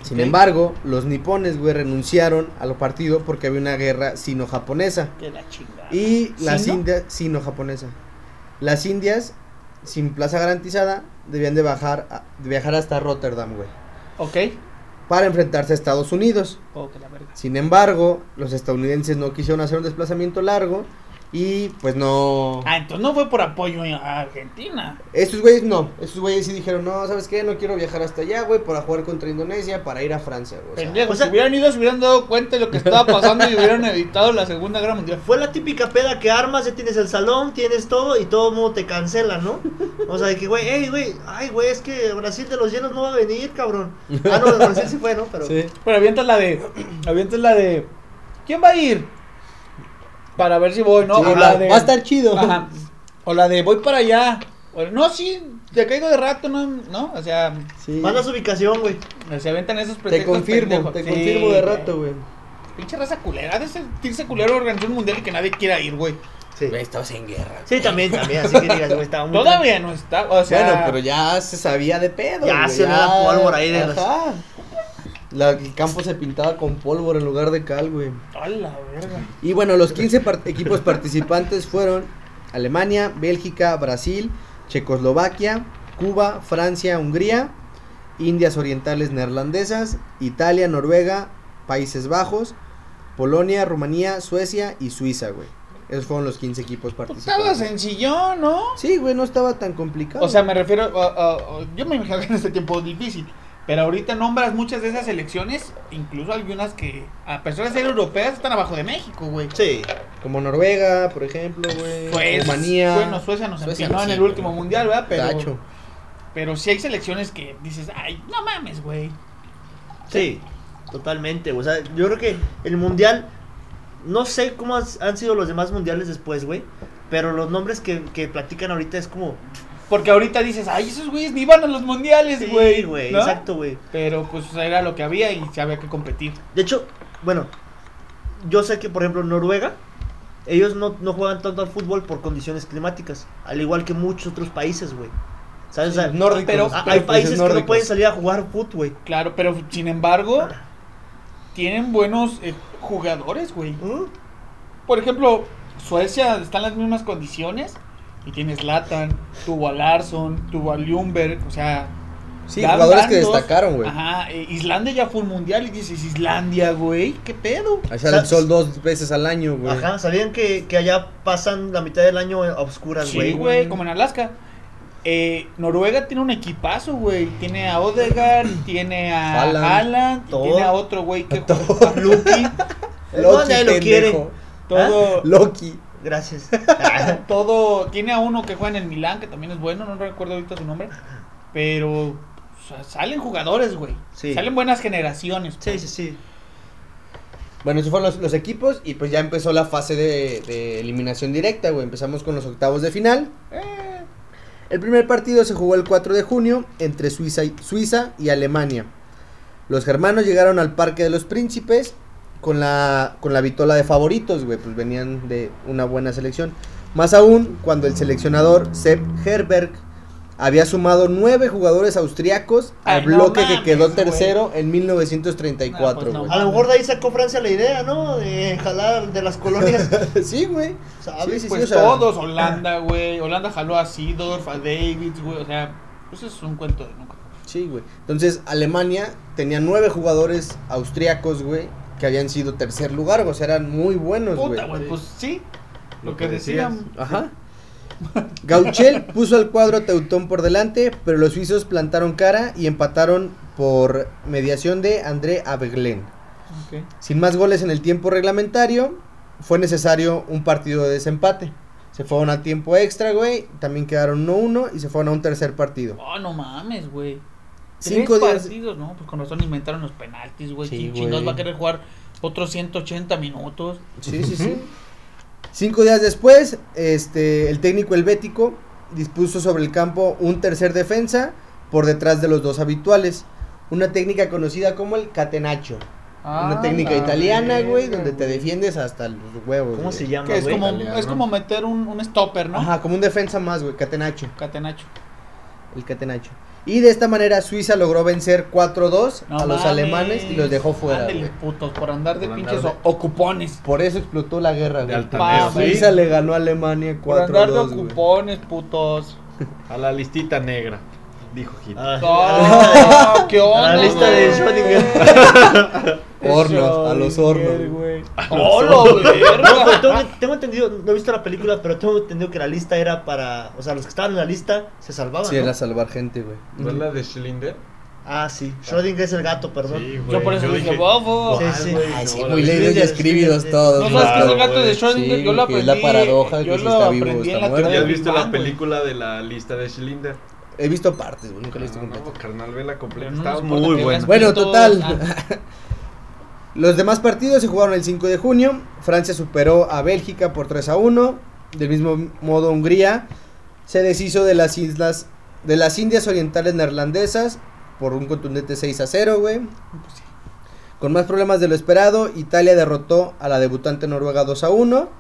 Speaker 4: Sin
Speaker 2: Ok.
Speaker 4: embargo, los nipones, güey, renunciaron al partido porque había una guerra sino-japonesa.
Speaker 2: Que la chingada.
Speaker 4: Y las
Speaker 2: ¿Sino?
Speaker 4: indias, sino-japonesa. Las indias, sin plaza garantizada, debían de, bajar a- de viajar hasta Rotterdam, güey.
Speaker 2: Ok.
Speaker 4: Para enfrentarse a Estados Unidos.
Speaker 2: Oh, que la verga.
Speaker 4: Sin embargo, los estadounidenses no quisieron hacer un desplazamiento largo Y pues no.
Speaker 2: Ah, entonces no fue por apoyo a Argentina.
Speaker 4: Estos güeyes no. Estos güeyes sí dijeron, no, ¿sabes qué? No quiero viajar hasta allá, güey, para jugar contra Indonesia, para ir a Francia, güey. O sea,
Speaker 2: Pendejos,
Speaker 3: o sea-
Speaker 2: si hubieran ido, se hubieran dado cuenta de lo que estaba pasando y hubieran evitado la Segunda Guerra Mundial.
Speaker 3: Fue la típica peda que armas, ya tienes el salón, tienes todo y todo el mundo te cancela, ¿no? O sea, de que, güey, hey, güey, ay, güey, es que Brasil de los llenos no va a venir, cabrón. Ah, no, Brasil sí fue, ¿no? Pero
Speaker 4: sí.
Speaker 2: Pero avientas la de. Avientas la de. ¿Quién va a ir? Para ver si voy, ¿no?
Speaker 4: Sí,
Speaker 2: o
Speaker 4: va,
Speaker 2: la de.
Speaker 4: va a estar chido.
Speaker 2: Ajá. O la de voy para allá. O- no, sí, te caigo de rato, ¿no? ¿No? O sea,
Speaker 4: Sí.
Speaker 3: manda su ubicación, güey.
Speaker 2: se aventan esos
Speaker 4: Te
Speaker 2: pretextos.
Speaker 4: confirmo,
Speaker 2: pendejos.
Speaker 4: te
Speaker 2: Sí,
Speaker 4: confirmo de rato, güey.
Speaker 2: Pinche raza culera. Ha de sentirse culero organizar un mundial y que nadie quiera ir, güey.
Speaker 3: Sí.
Speaker 4: estabas en guerra.
Speaker 3: Sí, también, también, así que digas, güey, estaba muy...
Speaker 2: Todavía no está. O sea,
Speaker 4: bueno, pero ya se sabía de pedo.
Speaker 3: Ya
Speaker 4: güey,
Speaker 3: se olía pólvora ahí de los-
Speaker 4: Ajá. La- el campo se pintaba con pólvora en lugar de cal, güey.
Speaker 2: A la verga.
Speaker 4: Y bueno, los 15 par- equipos participantes fueron Alemania, Bélgica, Brasil, Checoslovaquia, Cuba, Francia, Hungría, Indias Orientales Neerlandesas, Italia, Noruega, Países Bajos, Polonia, Rumanía, Suecia y Suiza, güey. Esos fueron los 15 equipos
Speaker 2: Pues estaba
Speaker 4: participantes.
Speaker 2: sencillo, ¿no?
Speaker 4: Sí, güey, no estaba tan complicado.
Speaker 2: O sea, me refiero. a- a- a- yo me imagino que en este tiempo es difícil. Pero ahorita nombras muchas de esas elecciones, incluso algunas que, a pesar de ser europeas, están abajo de México, güey.
Speaker 3: Sí.
Speaker 4: como Noruega, por ejemplo, güey,
Speaker 2: Pues,
Speaker 4: Eh, Rumanía.
Speaker 2: Bueno, Suecia nos
Speaker 4: Suecia, pues
Speaker 2: empinó en
Speaker 4: sí,
Speaker 2: el último
Speaker 4: güey.
Speaker 2: mundial, ¿verdad? Pero,
Speaker 4: Gacho.
Speaker 2: pero sí hay selecciones que dices, ay, no mames, güey.
Speaker 3: Sí, totalmente. O sea, yo creo que el mundial, no sé cómo has- han sido los demás mundiales después, güey. Pero los nombres que, que platican ahorita es como.
Speaker 2: Porque ahorita dices, ay, esos güeyes ni van a los mundiales,
Speaker 3: Sí,
Speaker 2: güey.
Speaker 3: güey.
Speaker 2: ¿no?
Speaker 3: Exacto, güey.
Speaker 2: Pero pues o sea, era lo que había y se había que competir.
Speaker 3: De hecho, bueno, yo sé que, por ejemplo, Noruega, ellos no, no juegan tanto al fútbol por condiciones climáticas. Al igual que muchos otros países, güey. ¿Sabes? O sea,
Speaker 4: nórdicos,
Speaker 2: pero-
Speaker 3: a- hay
Speaker 4: pero pues
Speaker 3: países que no
Speaker 4: nórdicos.
Speaker 3: pueden salir a jugar fútbol, güey.
Speaker 2: Claro, pero sin embargo, tienen buenos eh, jugadores, güey.
Speaker 3: ¿Mm?
Speaker 2: Por ejemplo, Suecia está en las mismas condiciones. Y tienes Latan, tuvo a Larsson, tuvo a Ljungberg, o sea,
Speaker 4: Sí,
Speaker 2: Dan
Speaker 4: jugadores que
Speaker 2: Brandos,
Speaker 4: destacaron, güey.
Speaker 2: Ajá, eh, Islandia ya fue un mundial y dices, Islandia, güey, ¿qué pedo?
Speaker 4: Ahí sale el
Speaker 3: Sa-
Speaker 4: sol dos veces al año, güey.
Speaker 3: Ajá, ¿sabían que, que allá pasan la mitad del año a oscuras,
Speaker 2: Sí,
Speaker 3: güey?
Speaker 2: güey, como en Alaska. Eh, Noruega tiene un equipazo, güey. Tiene a Odegaard, tiene a
Speaker 4: Haaland.
Speaker 2: Haaland, y
Speaker 3: Thor.
Speaker 2: tiene a otro güey que juega Luki,
Speaker 3: No, nadie lo quiere.
Speaker 4: pendejo.
Speaker 2: todo,
Speaker 4: Loki.
Speaker 3: Gracias.
Speaker 2: todo, tiene a uno que juega en el Milán, que también es bueno, no recuerdo ahorita su nombre, pero o sea, salen jugadores, güey.
Speaker 3: Sí.
Speaker 2: Salen buenas generaciones.
Speaker 3: Sí,
Speaker 2: pues.
Speaker 3: sí, sí.
Speaker 4: Bueno, esos fueron los, los equipos y pues ya empezó la fase de, de eliminación directa, güey. Empezamos con los octavos de final. Eh. El primer partido se jugó el 4 de junio entre Suiza y, Suiza y Alemania. Los germanos llegaron al Parque de los Príncipes con la, con la vitola de favoritos, güey. Pues venían de una buena selección. Más aún cuando el seleccionador Sepp Herberg había sumado nueve jugadores austriacos al
Speaker 2: Ay, no
Speaker 4: bloque que
Speaker 2: mames,
Speaker 4: quedó
Speaker 2: güey.
Speaker 4: tercero en
Speaker 2: No, pues
Speaker 4: 1934,
Speaker 2: no
Speaker 4: güey.
Speaker 3: A lo mejor de ahí sacó Francia la idea, ¿no? De jalar de las colonias,
Speaker 4: sí, güey.
Speaker 3: ¿sabes?
Speaker 4: Sí, sí,
Speaker 2: Pues
Speaker 4: o sea-
Speaker 2: todos, Holanda, güey. Holanda jaló a Seedorf, a Davids, güey. O sea, pues es un cuento de nunca.
Speaker 4: Sí, güey. Entonces, Alemania tenía nueve jugadores austriacos, güey, que habían sido tercer lugar, güey, o sea, eran muy buenos, güey.
Speaker 2: Puta, güey. Pues sí. Lo,
Speaker 5: Lo
Speaker 2: que,
Speaker 5: que
Speaker 2: decían.
Speaker 5: decías.
Speaker 4: Ajá. Gauchel puso al cuadro Teutón por delante, pero los suizos plantaron cara y empataron por mediación de André Abeglen. Sin más goles en el tiempo reglamentario, fue necesario un partido de desempate. Se fueron a tiempo extra, güey, también quedaron 1-1 y se fueron a un tercer partido.
Speaker 2: Oh, no mames, güey.
Speaker 4: Cinco
Speaker 2: Cinco
Speaker 4: días-
Speaker 2: partidos, ¿no? Pues con razón inventaron los penaltis, güey.
Speaker 4: Sí,
Speaker 2: ¿Quién
Speaker 4: güey.
Speaker 2: chingados va a querer jugar otros 180 minutos?
Speaker 4: Sí, sí, sí. Cinco días después, este, el técnico helvético dispuso sobre el campo un tercer defensa por detrás de los dos habituales. Una técnica conocida como el catenaccio. una técnica
Speaker 2: la
Speaker 4: italiana,
Speaker 2: verga,
Speaker 4: güey, donde te defiendes hasta los huevos.
Speaker 3: ¿Cómo
Speaker 4: güey.
Speaker 3: se llama,
Speaker 2: Que es
Speaker 3: güey?
Speaker 2: como,
Speaker 5: italiano.
Speaker 2: es como meter un, un stopper, ¿no?
Speaker 4: Ajá, como un defensa más, güey, catenaccio.
Speaker 2: Catenacho.
Speaker 4: El catenaccio. Y de esta manera Suiza logró vencer 4-2
Speaker 2: No
Speaker 4: a los
Speaker 2: mames.
Speaker 4: alemanes y los dejó fuera.
Speaker 2: Ándale,
Speaker 4: güey.
Speaker 2: putos, por andar de
Speaker 5: Por andar
Speaker 2: pinches
Speaker 5: de-
Speaker 2: o- ocupones.
Speaker 4: Por eso explotó la guerra,
Speaker 5: De
Speaker 4: güey.
Speaker 5: altanero,
Speaker 2: pa,
Speaker 5: ¿sí?
Speaker 4: Suiza le ganó a Alemania 4-2.
Speaker 2: Ah, Por andar de
Speaker 4: güey.
Speaker 2: ocupones, putos.
Speaker 5: A la listita negra, dijo Hitler.
Speaker 3: Ah,
Speaker 2: No, ¿qué onda?
Speaker 3: la lista de
Speaker 2: güey?
Speaker 3: Schrödinger.
Speaker 4: hornos, a los hornos.
Speaker 2: güey.
Speaker 3: No, pero tengo, tengo entendido, no he visto la película, pero tengo entendido que la lista era para. O sea, los que estaban en la lista se salvaban.
Speaker 4: Sí,
Speaker 3: ¿no?
Speaker 4: era salvar gente, güey.
Speaker 5: ¿No es la de Schlinder?
Speaker 3: Ah, sí. Schrödinger es el gato, perdón.
Speaker 5: Sí,
Speaker 2: Yo por eso dije, bobo.
Speaker 3: Sí, sí.
Speaker 4: Ay, sí,
Speaker 5: no,
Speaker 4: muy
Speaker 5: la
Speaker 4: leídos y
Speaker 3: Schindler,
Speaker 4: escribidos
Speaker 3: Schindler,
Speaker 4: todos.
Speaker 2: No
Speaker 5: Claro,
Speaker 2: sabes que es el
Speaker 4: güey.
Speaker 2: gato de Schrödinger,
Speaker 4: Sí,
Speaker 2: yo lo
Speaker 4: que es
Speaker 2: aprendí.
Speaker 4: la paradoja de
Speaker 2: yo
Speaker 4: que si
Speaker 2: lo
Speaker 4: está vivo,
Speaker 2: aprendí en
Speaker 4: está
Speaker 2: la
Speaker 4: muerto.
Speaker 5: ¿Ya
Speaker 2: teoría
Speaker 5: has
Speaker 2: del
Speaker 5: visto
Speaker 2: Big
Speaker 5: la
Speaker 2: Bang, güey.
Speaker 5: película de la lista de Schlinder?
Speaker 4: He visto partes, güey, nunca lo he visto
Speaker 5: Ah, no,
Speaker 4: completo.
Speaker 5: carnal, vela
Speaker 2: Pero
Speaker 5: completa.
Speaker 2: no
Speaker 5: Está
Speaker 2: nos importa
Speaker 5: muy
Speaker 2: que
Speaker 5: buena.
Speaker 2: las-
Speaker 4: Bueno,
Speaker 2: Punto.
Speaker 4: total.
Speaker 2: Ah.
Speaker 4: Los demás partidos se jugaron el 5 de junio. Francia superó a Bélgica por 3 a 1. Del mismo modo, Hungría se deshizo de las islas de las Indias Orientales Neerlandesas por un contundente 6 a 0, güey. Con más problemas de lo esperado, Italia derrotó a la debutante Noruega 2 a 1.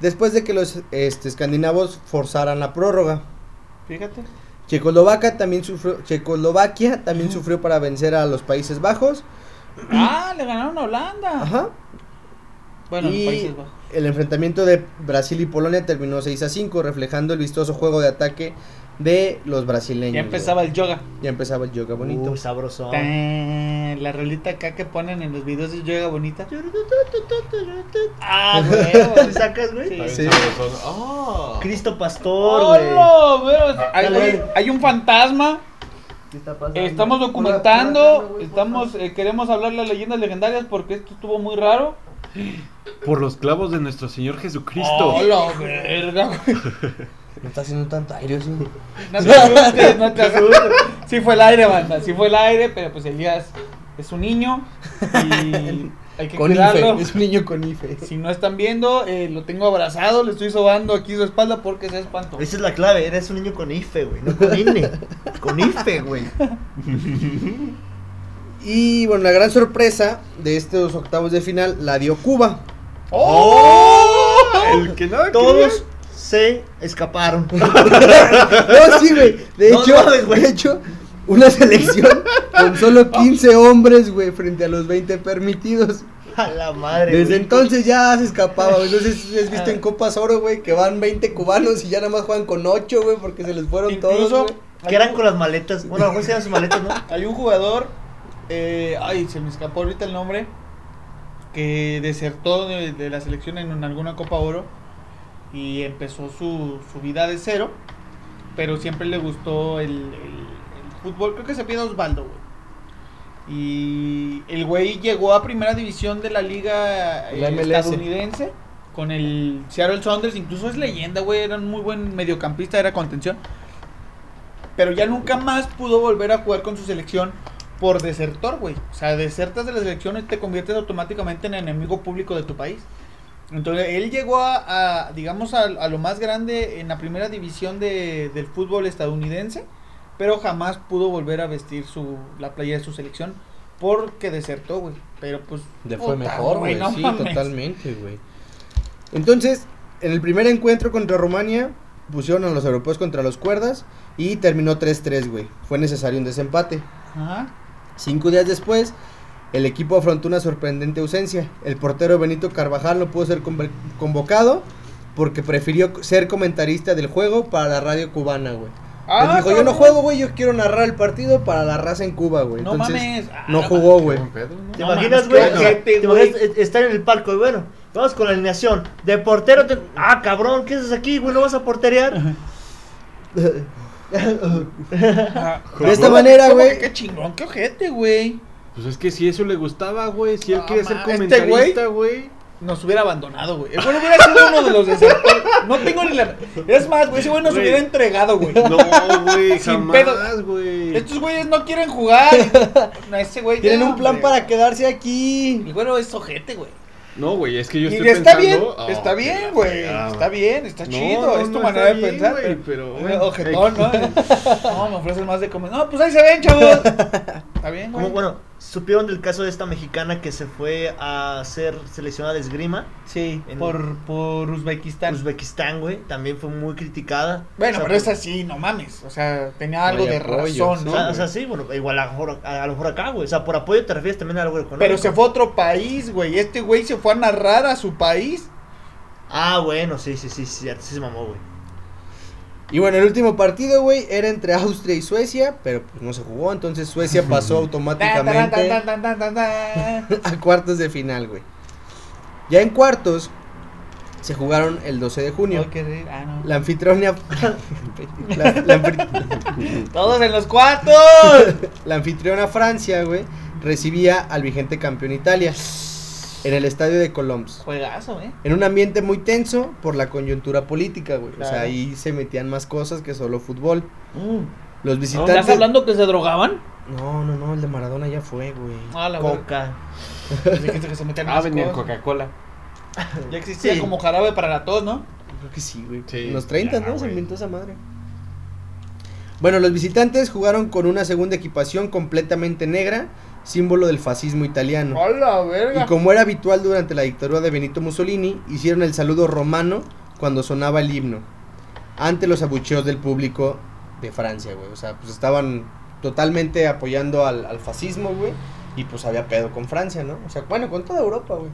Speaker 4: Después de que los este, escandinavos forzaran la prórroga.
Speaker 2: Fíjate.
Speaker 4: Checoslovaquia también sufrió, Checoslovaquia también sufrió para vencer a los Países Bajos.
Speaker 2: Ah, le ganaron a Holanda.
Speaker 4: Ajá.
Speaker 2: Bueno,
Speaker 4: Y
Speaker 2: Países Bajos.
Speaker 4: El enfrentamiento de Brasil y Polonia terminó 6 a 5, reflejando el vistoso juego de ataque de los brasileños.
Speaker 2: Ya empezaba el yoga.
Speaker 4: güey. Ya empezaba el yoga bonito.
Speaker 3: Bonito. sabroso.
Speaker 2: Tan, La rolita acá que ponen en los videos de yoga bonita. Ah, güey.
Speaker 3: ¿Te sacas, güey?
Speaker 2: Sí.
Speaker 5: Está
Speaker 4: Sí.
Speaker 5: bien sabrosón. Ah.
Speaker 3: Cristo Pastor, güey.
Speaker 2: ¡Hola! güey! Hay,
Speaker 3: Dale,
Speaker 2: hay-
Speaker 3: dale.
Speaker 2: hay un fantasma.
Speaker 3: ¿Qué está pasando?
Speaker 2: Estamos documentando. Estamos, eh, queremos hablar de las leyendas legendarias porque esto estuvo muy raro.
Speaker 5: Por los clavos de nuestro Señor Jesucristo.
Speaker 2: Oh, ¡Hola, verga, güey!
Speaker 4: No está haciendo tanto aire, sí.
Speaker 2: No te asustes, no te asustes. Sí fue el aire, banda. Sí fue el aire, pero pues Elías es un niño y hay que
Speaker 4: Con
Speaker 2: cuidarlo.
Speaker 4: IFE. Es un niño con IFE.
Speaker 2: Si no están viendo, eh, lo tengo abrazado, le estoy sobando aquí su espalda porque se espanto.
Speaker 3: Esa es la clave, eres un niño con IFE, güey. No con INE. con IFE, güey.
Speaker 4: Y bueno, la gran sorpresa de estos octavos de final la dio Cuba.
Speaker 5: ¡Oh! El que nada
Speaker 3: Todos se escaparon.
Speaker 4: No, sí, güey. De
Speaker 3: No
Speaker 4: hecho,
Speaker 3: mames, güey.
Speaker 4: de hecho, una selección con solo 15 hombres, güey, frente a los 20 permitidos.
Speaker 3: A la madre.
Speaker 4: Desde
Speaker 3: güey.
Speaker 4: entonces ya se escapaba, güey. Entonces has visto en Copas Oro, güey, que van 20 cubanos y ya nada más juegan con 8, güey, porque se les fueron
Speaker 2: Incluso
Speaker 4: todos. güey.
Speaker 3: Que eran con las maletas. Bueno, a lo mejor se eran sus maletas, ¿no?
Speaker 2: hay un jugador, eh, ay, se me escapó ahorita el nombre, que desertó de, de la selección en una- alguna Copa Oro y empezó su, su vida de cero, pero siempre le gustó el, el- el fútbol. Creo que se pide Osvaldo, güey. Y el güey llegó a primera división de la liga
Speaker 4: La
Speaker 2: eh,
Speaker 4: MLS.
Speaker 2: estadounidense con el Seattle Sounders. Incluso es leyenda, güey. Era un muy buen mediocampista, era contención. Pero ya nunca más pudo volver a jugar con su selección por desertor, güey. O sea, desertas de las elecciones te conviertes automáticamente en enemigo público de tu país. Entonces, él llegó a, a, digamos, a, a lo más grande en la primera división de- del fútbol estadounidense, pero jamás pudo volver a vestir su, la playa de su selección porque desertó, güey. Pero pues...
Speaker 4: Le fue
Speaker 2: puta,
Speaker 4: mejor, güey.
Speaker 2: no
Speaker 4: sí,
Speaker 2: mames.
Speaker 4: totalmente, güey. Entonces, en el primer encuentro contra Rumania, pusieron a los europeos contra los cuerdas y terminó 3-3, güey. Fue necesario un desempate.
Speaker 2: Ajá.
Speaker 4: Cinco días después, el equipo afrontó una sorprendente ausencia. El portero Benito Carvajal no pudo ser conv- convocado porque prefirió ser comentarista del juego para la radio cubana, güey. Él dijo, yo no
Speaker 2: Ah, cabrón.
Speaker 4: juego, güey, yo quiero narrar el partido para la raza en Cuba, güey.
Speaker 2: No
Speaker 4: Entonces,
Speaker 2: mames. Ah,
Speaker 4: no jugó, güey.
Speaker 3: ¿Te
Speaker 2: No mames,
Speaker 3: imaginas, güey?
Speaker 2: qué
Speaker 3: que-
Speaker 2: ojete,
Speaker 3: ¿Te
Speaker 2: güey.
Speaker 3: imaginas e- estar en el parco? Y bueno, vamos con la alineación. De portero te- Ah, cabrón, ¿qué haces aquí, güey? ¿No vas a porterear?
Speaker 2: Ah,
Speaker 4: De esta
Speaker 5: Jugó.
Speaker 4: manera,
Speaker 2: ¿cómo que
Speaker 4: güey,
Speaker 2: Qué chingón, qué ojete, güey.
Speaker 5: Pues es que si eso le gustaba, güey. Si él
Speaker 2: Ah,
Speaker 5: quiere ser
Speaker 2: ma- este
Speaker 5: comentarista, güey.
Speaker 2: nos hubiera abandonado, güey. El güey hubiera sido uno de los desertores. No tengo ni la. Es más, güey, ese güey nos
Speaker 5: Güey.
Speaker 2: hubiera entregado, güey.
Speaker 5: No, güey,
Speaker 2: Sin pedo.
Speaker 5: jamás, güey.
Speaker 2: Estos güeyes no quieren jugar. No, ese güey.
Speaker 4: tienen
Speaker 2: ya,
Speaker 4: un plan
Speaker 2: hombre.
Speaker 4: para quedarse aquí.
Speaker 2: El güey es ojete, güey.
Speaker 5: No, güey, es que yo
Speaker 2: Y
Speaker 5: estoy
Speaker 2: está bien,
Speaker 5: pensando. Ah,
Speaker 2: está
Speaker 5: que la
Speaker 2: bien, güey.
Speaker 5: fregada.
Speaker 2: Está bien, está
Speaker 5: No,
Speaker 2: chido.
Speaker 5: no,
Speaker 2: es tu
Speaker 5: no,
Speaker 2: manera
Speaker 5: está
Speaker 2: de
Speaker 5: bien,
Speaker 2: pensar.
Speaker 5: güey,
Speaker 2: pero-
Speaker 5: pero
Speaker 2: Güey, Eh,
Speaker 5: bueno.
Speaker 2: Ojetón, ¿no? No, me ofrecen más de comer. No, pues ahí se ven, chavos. Está bien, güey.
Speaker 3: Como, bueno, supieron del caso de esta mexicana que se fue a ser seleccionada de esgrima.
Speaker 2: Sí,
Speaker 3: En-
Speaker 2: por, por Uzbekistán.
Speaker 3: Uzbekistán, güey, también fue muy criticada.
Speaker 2: Bueno,
Speaker 3: O sea,
Speaker 2: pero es
Speaker 3: por-
Speaker 2: así, no mames. O sea, tenía algo
Speaker 4: Vaya
Speaker 2: de
Speaker 4: rollo,
Speaker 2: razón,
Speaker 3: o
Speaker 2: ¿no?
Speaker 3: sea,
Speaker 5: güey.
Speaker 3: o sea, sí, bueno, igual a lo, mejor, a, a lo mejor acá, güey. O sea, por apoyo te refieres también a algo económico.
Speaker 2: Pero se fue a otro país, güey. Este güey se fue a narrar a su país.
Speaker 3: Ah, bueno, sí, sí, sí, sí, sí se mamó, güey.
Speaker 4: Y bueno, el último partido, güey, era entre Austria y Suecia, pero pues, no se jugó, entonces Suecia pasó
Speaker 2: Tan, tan, tan, tan,
Speaker 4: automáticamente
Speaker 2: tan, tan, tan, tan.
Speaker 4: a cuartos de final, güey. Ya en cuartos se jugaron el 12 de junio.
Speaker 2: Oh, qué rico. Ah, no.
Speaker 4: La anfitriona la, la anfri-
Speaker 2: Todos en los cuartos.
Speaker 4: la anfitriona Francia, güey, recibía al vigente campeón Italia en el estadio de Colombes.
Speaker 2: Juegazo, eh.
Speaker 4: En un ambiente muy tenso por la coyuntura política, güey. O sea,
Speaker 2: Claro.
Speaker 4: ahí se metían más cosas que solo fútbol. Los visitantes.
Speaker 2: Mm. ¿Estás hablando que se drogaban?
Speaker 4: No, no, no, el de Maradona ya fue, güey.
Speaker 2: Ah, la verdad.
Speaker 3: Coca.
Speaker 2: Dijiste que se metían
Speaker 5: Ah,
Speaker 2: más
Speaker 5: venía
Speaker 2: cosas.
Speaker 5: Coca-Cola.
Speaker 2: Ya existía
Speaker 3: Sí.
Speaker 2: como jarabe para la tos, ¿no?
Speaker 4: Creo que sí, güey.
Speaker 5: Sí,
Speaker 4: en los 30,
Speaker 5: ya,
Speaker 4: ¿no? Se
Speaker 5: güey.
Speaker 4: inventó esa madre. Bueno, los visitantes jugaron con una segunda equipación completamente negra, símbolo del fascismo italiano.
Speaker 2: Hola,
Speaker 4: Y
Speaker 2: verga.
Speaker 4: como era habitual durante la dictadura de Benito Mussolini, hicieron el saludo romano cuando sonaba el himno, ante los abucheos del público de Francia, güey. O sea, pues estaban totalmente apoyando al, al fascismo, güey. Y pues había pedo con Francia, ¿no? O sea, bueno, con toda Europa, güey.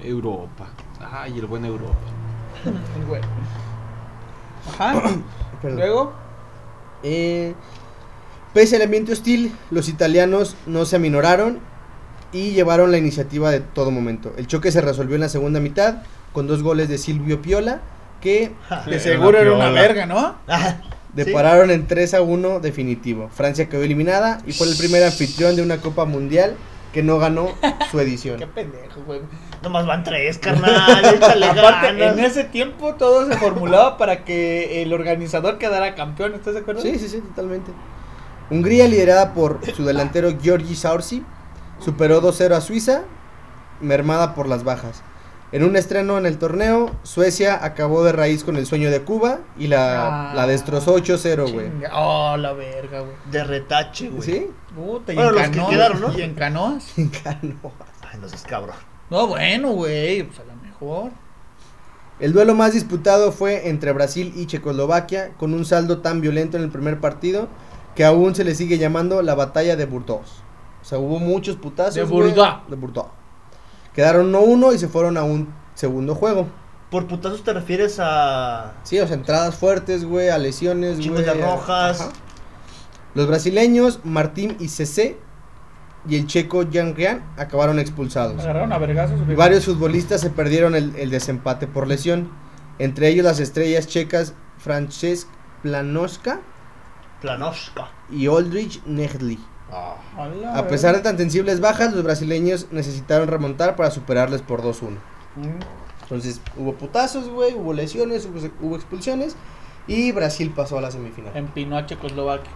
Speaker 5: Europa. Ay, el buen Europa.
Speaker 2: El güey. Ajá.
Speaker 4: Perdón.
Speaker 2: Luego.
Speaker 4: Eh, pese al ambiente hostil, los italianos no se aminoraron y llevaron la iniciativa de todo momento. El choque se resolvió en la segunda mitad con dos goles de Silvio Piola que
Speaker 2: De seguro era una
Speaker 5: piola.
Speaker 2: verga, ¿no?
Speaker 3: Ah,
Speaker 4: depararon en 3 a 1 definitivo. Francia quedó eliminada y fue el primer anfitrión de una Copa Mundial que no ganó su
Speaker 2: Qué
Speaker 4: edición.
Speaker 2: pendejo, güey.
Speaker 3: Nomás van tres, carnal. Échale
Speaker 2: Aparte,
Speaker 3: ganas.
Speaker 2: en ese tiempo todo se formulaba para que el organizador quedara campeón, ¿estás de acuerdo?
Speaker 4: Sí, sí, sí, totalmente. Hungría, liderada por su delantero Giorgi Saursi, superó 2-0 a Suiza, mermada por las bajas. En un estreno en el torneo, Suecia acabó de raíz con el sueño de Cuba y la,
Speaker 2: Ah,
Speaker 4: la destrozó 8-0, güey.
Speaker 2: Chinga- Oh, la verga, güey.
Speaker 3: De retache, güey.
Speaker 4: ¿Sí?
Speaker 2: Puta, y
Speaker 3: Bueno,
Speaker 2: en
Speaker 3: los que
Speaker 2: canoas,
Speaker 3: quedaron, ¿no?
Speaker 2: Y en canoas.
Speaker 3: Ay, no seas cabrón.
Speaker 2: No, bueno, güey, pues a lo mejor.
Speaker 4: El duelo más disputado fue entre Brasil y Checoslovaquia, con un saldo tan violento en el primer partido que aún se le sigue llamando la batalla de Burdeos. O sea, hubo muchos putazos.
Speaker 2: De
Speaker 4: güey,
Speaker 2: Burdeos.
Speaker 4: De Burdeos. Quedaron 1-1 y se fueron a un segundo juego.
Speaker 3: ¿Por putazos te refieres a.
Speaker 4: Sí, o sea, entradas fuertes, güey, a lesiones,
Speaker 3: Chingos
Speaker 4: güey.
Speaker 3: de rojas.
Speaker 4: Ajá. Los brasileños, Martín y CC, y el checo Jan Rian, acabaron expulsados.
Speaker 2: Agarraron a vergazos.
Speaker 4: Y
Speaker 2: güey.
Speaker 4: Varios futbolistas se perdieron el, el desempate por lesión. Entre ellos las estrellas checas Francesc Planoska
Speaker 3: Planoska.
Speaker 4: y Aldrich Negli.
Speaker 2: A, la
Speaker 4: A pesar de
Speaker 2: verga.
Speaker 4: tan sensibles bajas, los brasileños necesitaron remontar para superarles por 2-1.
Speaker 2: Mm.
Speaker 4: Entonces hubo putazos, güey, hubo lesiones, hubo, hubo expulsiones y Brasil pasó a la semifinal.
Speaker 2: Empinó a Checoslovaquia.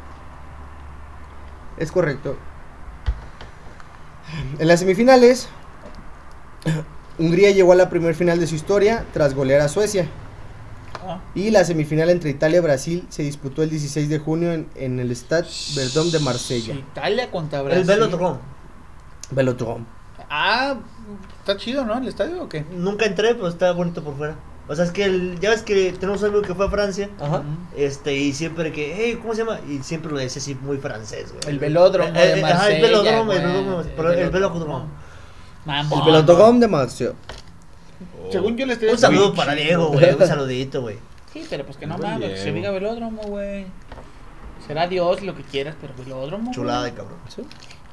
Speaker 4: Es correcto. En las semifinales, Hungría llegó a la primer final de su historia tras golear a Suecia.
Speaker 2: Ah.
Speaker 4: Y la semifinal entre Italia y Brasil se disputó el 16 de junio en, en el Stade Verdón de Marsella.
Speaker 2: Italia contra Brasil.
Speaker 3: El velodrome.
Speaker 4: Velodrome.
Speaker 2: Ah, está chido, ¿no? ¿El estadio o qué?
Speaker 3: Nunca entré, pero está bonito por fuera. O sea, es que el- ya ves que tenemos un amigo que fue a Francia.
Speaker 4: Ajá.
Speaker 2: Mm.
Speaker 3: Este, y siempre que, hey, ¿cómo se llama? Y siempre lo decía así muy francés, güey.
Speaker 2: El velódromo de
Speaker 3: Eh, eh, Ajá, el
Speaker 2: Marsella,
Speaker 3: velódromo, el
Speaker 2: güey.
Speaker 3: velódromo, pero el
Speaker 2: El
Speaker 3: velódromo.
Speaker 2: Mamón.
Speaker 4: El Velodrome de Marsella.
Speaker 2: Según yo el estadio.
Speaker 3: Un saludo para Diego, güey, un saludito, güey.
Speaker 2: Sí, pero pues que no
Speaker 5: Buen
Speaker 2: mames, que se
Speaker 5: Diego.
Speaker 2: diga velódromo, güey. Será Dios lo que quieras, pero velódromo.
Speaker 3: Chulada de
Speaker 2: güey.
Speaker 3: cabrón.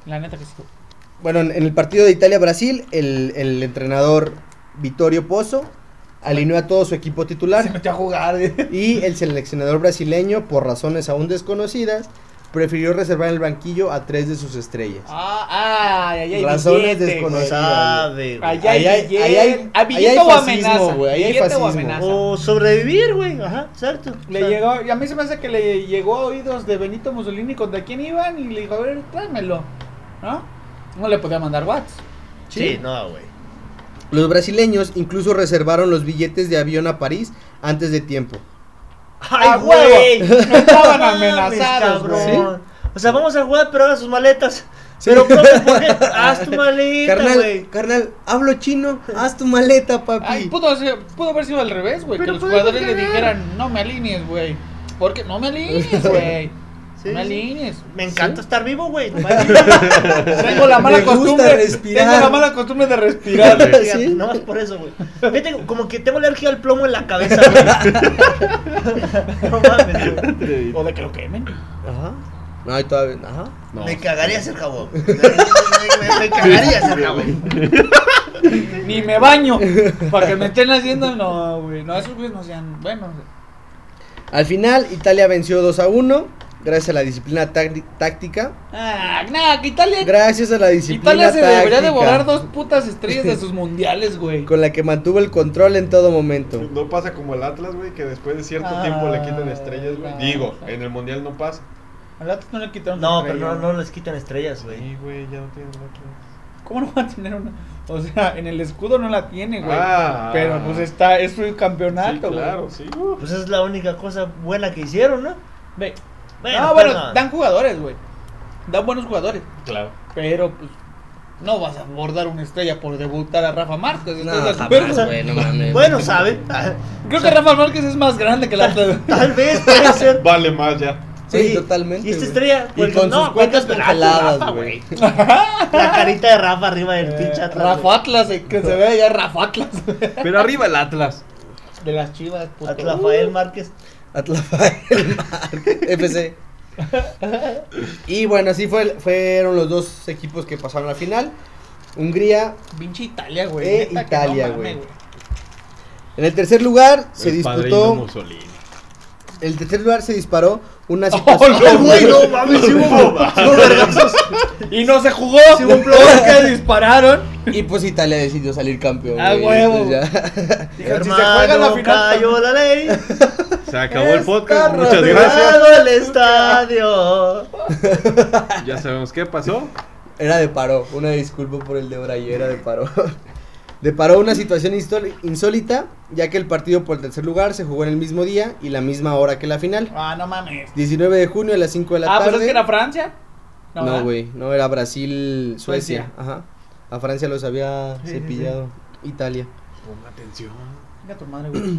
Speaker 2: La neta que sí.
Speaker 4: Bueno, en, en el partido de Italia-Brasil, el, el entrenador Vittorio Pozzo alineó a todo su equipo
Speaker 2: Se
Speaker 4: titular
Speaker 2: metió a jugar. güey.
Speaker 4: y el seleccionador brasileño, por razones aún desconocidas, prefirió reservar en el banquillo a tres de sus estrellas.
Speaker 2: Ah, ah, allá hay
Speaker 4: Razones
Speaker 2: billete,
Speaker 4: descono-
Speaker 3: No
Speaker 2: güey.
Speaker 3: sabe, güey.
Speaker 2: Allá hay,
Speaker 4: Ahí hay-
Speaker 2: billete.
Speaker 4: ahí hay-
Speaker 2: Ah, billete
Speaker 4: ahí hay
Speaker 2: o
Speaker 4: fascismo,
Speaker 2: amenaza.
Speaker 4: güey, ahí hay
Speaker 2: Billete o
Speaker 4: fascismo.
Speaker 2: amenaza.
Speaker 3: O sobrevivir, güey, ajá, cierto.
Speaker 2: Le
Speaker 3: O sea,
Speaker 2: llegó, y a mí se me hace que le llegó a oídos de Benito Mussolini contra quién iban y le dijo, a ver, tráemelo, ¿no? No le podía mandar watts.
Speaker 3: Sí, no, güey.
Speaker 4: Los brasileños incluso reservaron los billetes de avión a París antes de tiempo.
Speaker 2: ¡A
Speaker 3: ¡Ay,
Speaker 2: huevo!
Speaker 3: güey!
Speaker 2: Me estaban
Speaker 3: Mames,
Speaker 2: amenazados,
Speaker 3: cabrón.
Speaker 2: güey.
Speaker 3: O sea, vamos a jugar, pero haga sus maletas. Pero, profe, ¿por qué? Haz tu maleta,
Speaker 4: Carnal,
Speaker 3: güey.
Speaker 4: carnal, hablo chino, haz tu maleta, papi.
Speaker 2: Ay, pudo, ser- pudo haber sido al revés, güey, que
Speaker 3: Pero pues,
Speaker 2: los
Speaker 3: podemos
Speaker 2: jugadores le
Speaker 3: ganar.
Speaker 2: dijeran, no me alinees, güey. Porque no me alinees, güey.
Speaker 3: Sí,
Speaker 2: no
Speaker 3: sí.
Speaker 2: alinees.
Speaker 3: Me encanta estar vivo, güey. No
Speaker 2: Tengo la mala
Speaker 4: Me gusta
Speaker 2: costumbre.
Speaker 4: respirar.
Speaker 2: Tengo la mala costumbre de respirar.
Speaker 4: ¿Sí?
Speaker 3: No más por eso, güey. Fíjate, como que tengo alergia al plomo en la cabeza, güey. No mames, güey.
Speaker 2: o de que lo quemen.
Speaker 4: Ajá. No, y todavía. Ajá.
Speaker 2: Oh,
Speaker 5: No.
Speaker 3: Me cagaría hacer jabón. Me, me- me cagaría hacer jabón.
Speaker 2: Ni me baño. Para que me estén haciendo. No, güey. No, esos güeyes no sean. Bueno.
Speaker 4: Al final, Italia venció 2 a 1. Gracias a la disciplina tácti- táctica.
Speaker 2: Ah, nada, que Italia.
Speaker 4: Gracias a la disciplina
Speaker 2: Italia se
Speaker 4: táctica.
Speaker 2: debería de borrar dos putas estrellas de sus mundiales, güey.
Speaker 4: Con la que mantuvo el control en todo momento.
Speaker 5: No pasa como el Atlas, güey, que después de cierto
Speaker 2: Ah,
Speaker 5: tiempo le quitan estrellas, güey.
Speaker 2: no.
Speaker 5: Digo, en el mundial no pasa.
Speaker 2: Al Atlas no le quitaron
Speaker 3: No,
Speaker 2: su
Speaker 3: pero
Speaker 2: estrella.
Speaker 3: no, no les quitan estrellas, güey.
Speaker 5: Sí, güey, ya no tienen Atlas.
Speaker 2: ¿Cómo no va a tener una? O sea, en el escudo no la tiene, güey.
Speaker 5: Ah.
Speaker 2: pero pues está, es su
Speaker 5: sí,
Speaker 2: campeonato, güey.
Speaker 5: claro, sí. uh.
Speaker 3: Pues es la única cosa buena que hicieron, ¿no?
Speaker 2: Ve.
Speaker 3: Bueno, pues
Speaker 2: no, bueno,
Speaker 3: perdón.
Speaker 2: dan jugadores, güey. Dan buenos jugadores.
Speaker 5: Claro.
Speaker 2: Pero pues no vas a abordar una estrella por debutar a Rafa Márquez.
Speaker 4: No,
Speaker 2: estás de
Speaker 4: jamás,
Speaker 2: acuerdo.
Speaker 4: güey, no mames.
Speaker 3: Bueno, ¿sabe?
Speaker 2: Creo que Rafa Márquez es más grande que la Atlas.
Speaker 3: Tal vez puede ser.
Speaker 5: Vale más ya.
Speaker 4: Sí,
Speaker 3: Oye,
Speaker 4: totalmente.
Speaker 3: Y esta
Speaker 4: güey.
Speaker 3: estrella,
Speaker 4: Y con sus cuentas
Speaker 3: cuentas
Speaker 4: congeladas, güey.
Speaker 3: La carita de Rafa arriba del pinche
Speaker 2: Eh,
Speaker 3: Atlas,
Speaker 2: Rafa
Speaker 3: güey.
Speaker 2: Atlas, eh, que se vea ya Rafa Atlas.
Speaker 5: Pero arriba el Atlas.
Speaker 2: De las chivas, puto.
Speaker 3: Atlafael Márquez.
Speaker 4: Atlafael Márquez, FC. Y bueno, así fue, fueron los dos equipos que pasaron a la final. Hungría.
Speaker 2: Uh, Pinche Italia, güey.
Speaker 4: Eh,
Speaker 2: Neta que no
Speaker 4: Italia,
Speaker 2: mames,
Speaker 4: güey. En el tercer lugar se
Speaker 5: El padrino
Speaker 4: disputó.
Speaker 5: Mussolini.
Speaker 4: En el tercer lugar se disparó una
Speaker 2: ¡Oh,
Speaker 4: situación.
Speaker 2: no, güey!
Speaker 3: no mames, sí hubo- sí hubo vergazos.
Speaker 2: Y no se jugó.
Speaker 3: Sí,
Speaker 2: un
Speaker 3: un
Speaker 2: blog
Speaker 3: blog.
Speaker 2: que dispararon.
Speaker 4: Y pues Italia decidió salir campeón.
Speaker 2: Ah,
Speaker 4: güey,
Speaker 2: huevo.
Speaker 4: entonces ya.
Speaker 2: Dijeron, si se juega la
Speaker 3: Hermano,
Speaker 2: final. pues-".
Speaker 3: cayó la ley.
Speaker 5: Se acabó el
Speaker 2: Está
Speaker 5: podcast. Muchas
Speaker 2: rodeado.
Speaker 5: gracias.
Speaker 3: Llegado al estadio.
Speaker 5: Ya sabemos qué pasó.
Speaker 4: Era de paro. Una disculpa por el de Braille, era de paro. De paró una situación instol- insólita, ya que el partido por el tercer lugar se jugó en el mismo día y la misma hora que la final.
Speaker 2: Ah, no mames.
Speaker 4: 19 de junio a las 5 de la
Speaker 2: Ah,
Speaker 4: tarde.
Speaker 2: pues es que era Francia. ¿verdad?
Speaker 4: No, güey, no, era Brasil, Suecia.
Speaker 2: Suecia.
Speaker 4: Ajá. A Francia los había cepillado. Italia.
Speaker 5: Ponga atención.
Speaker 2: Venga tu madre, güey.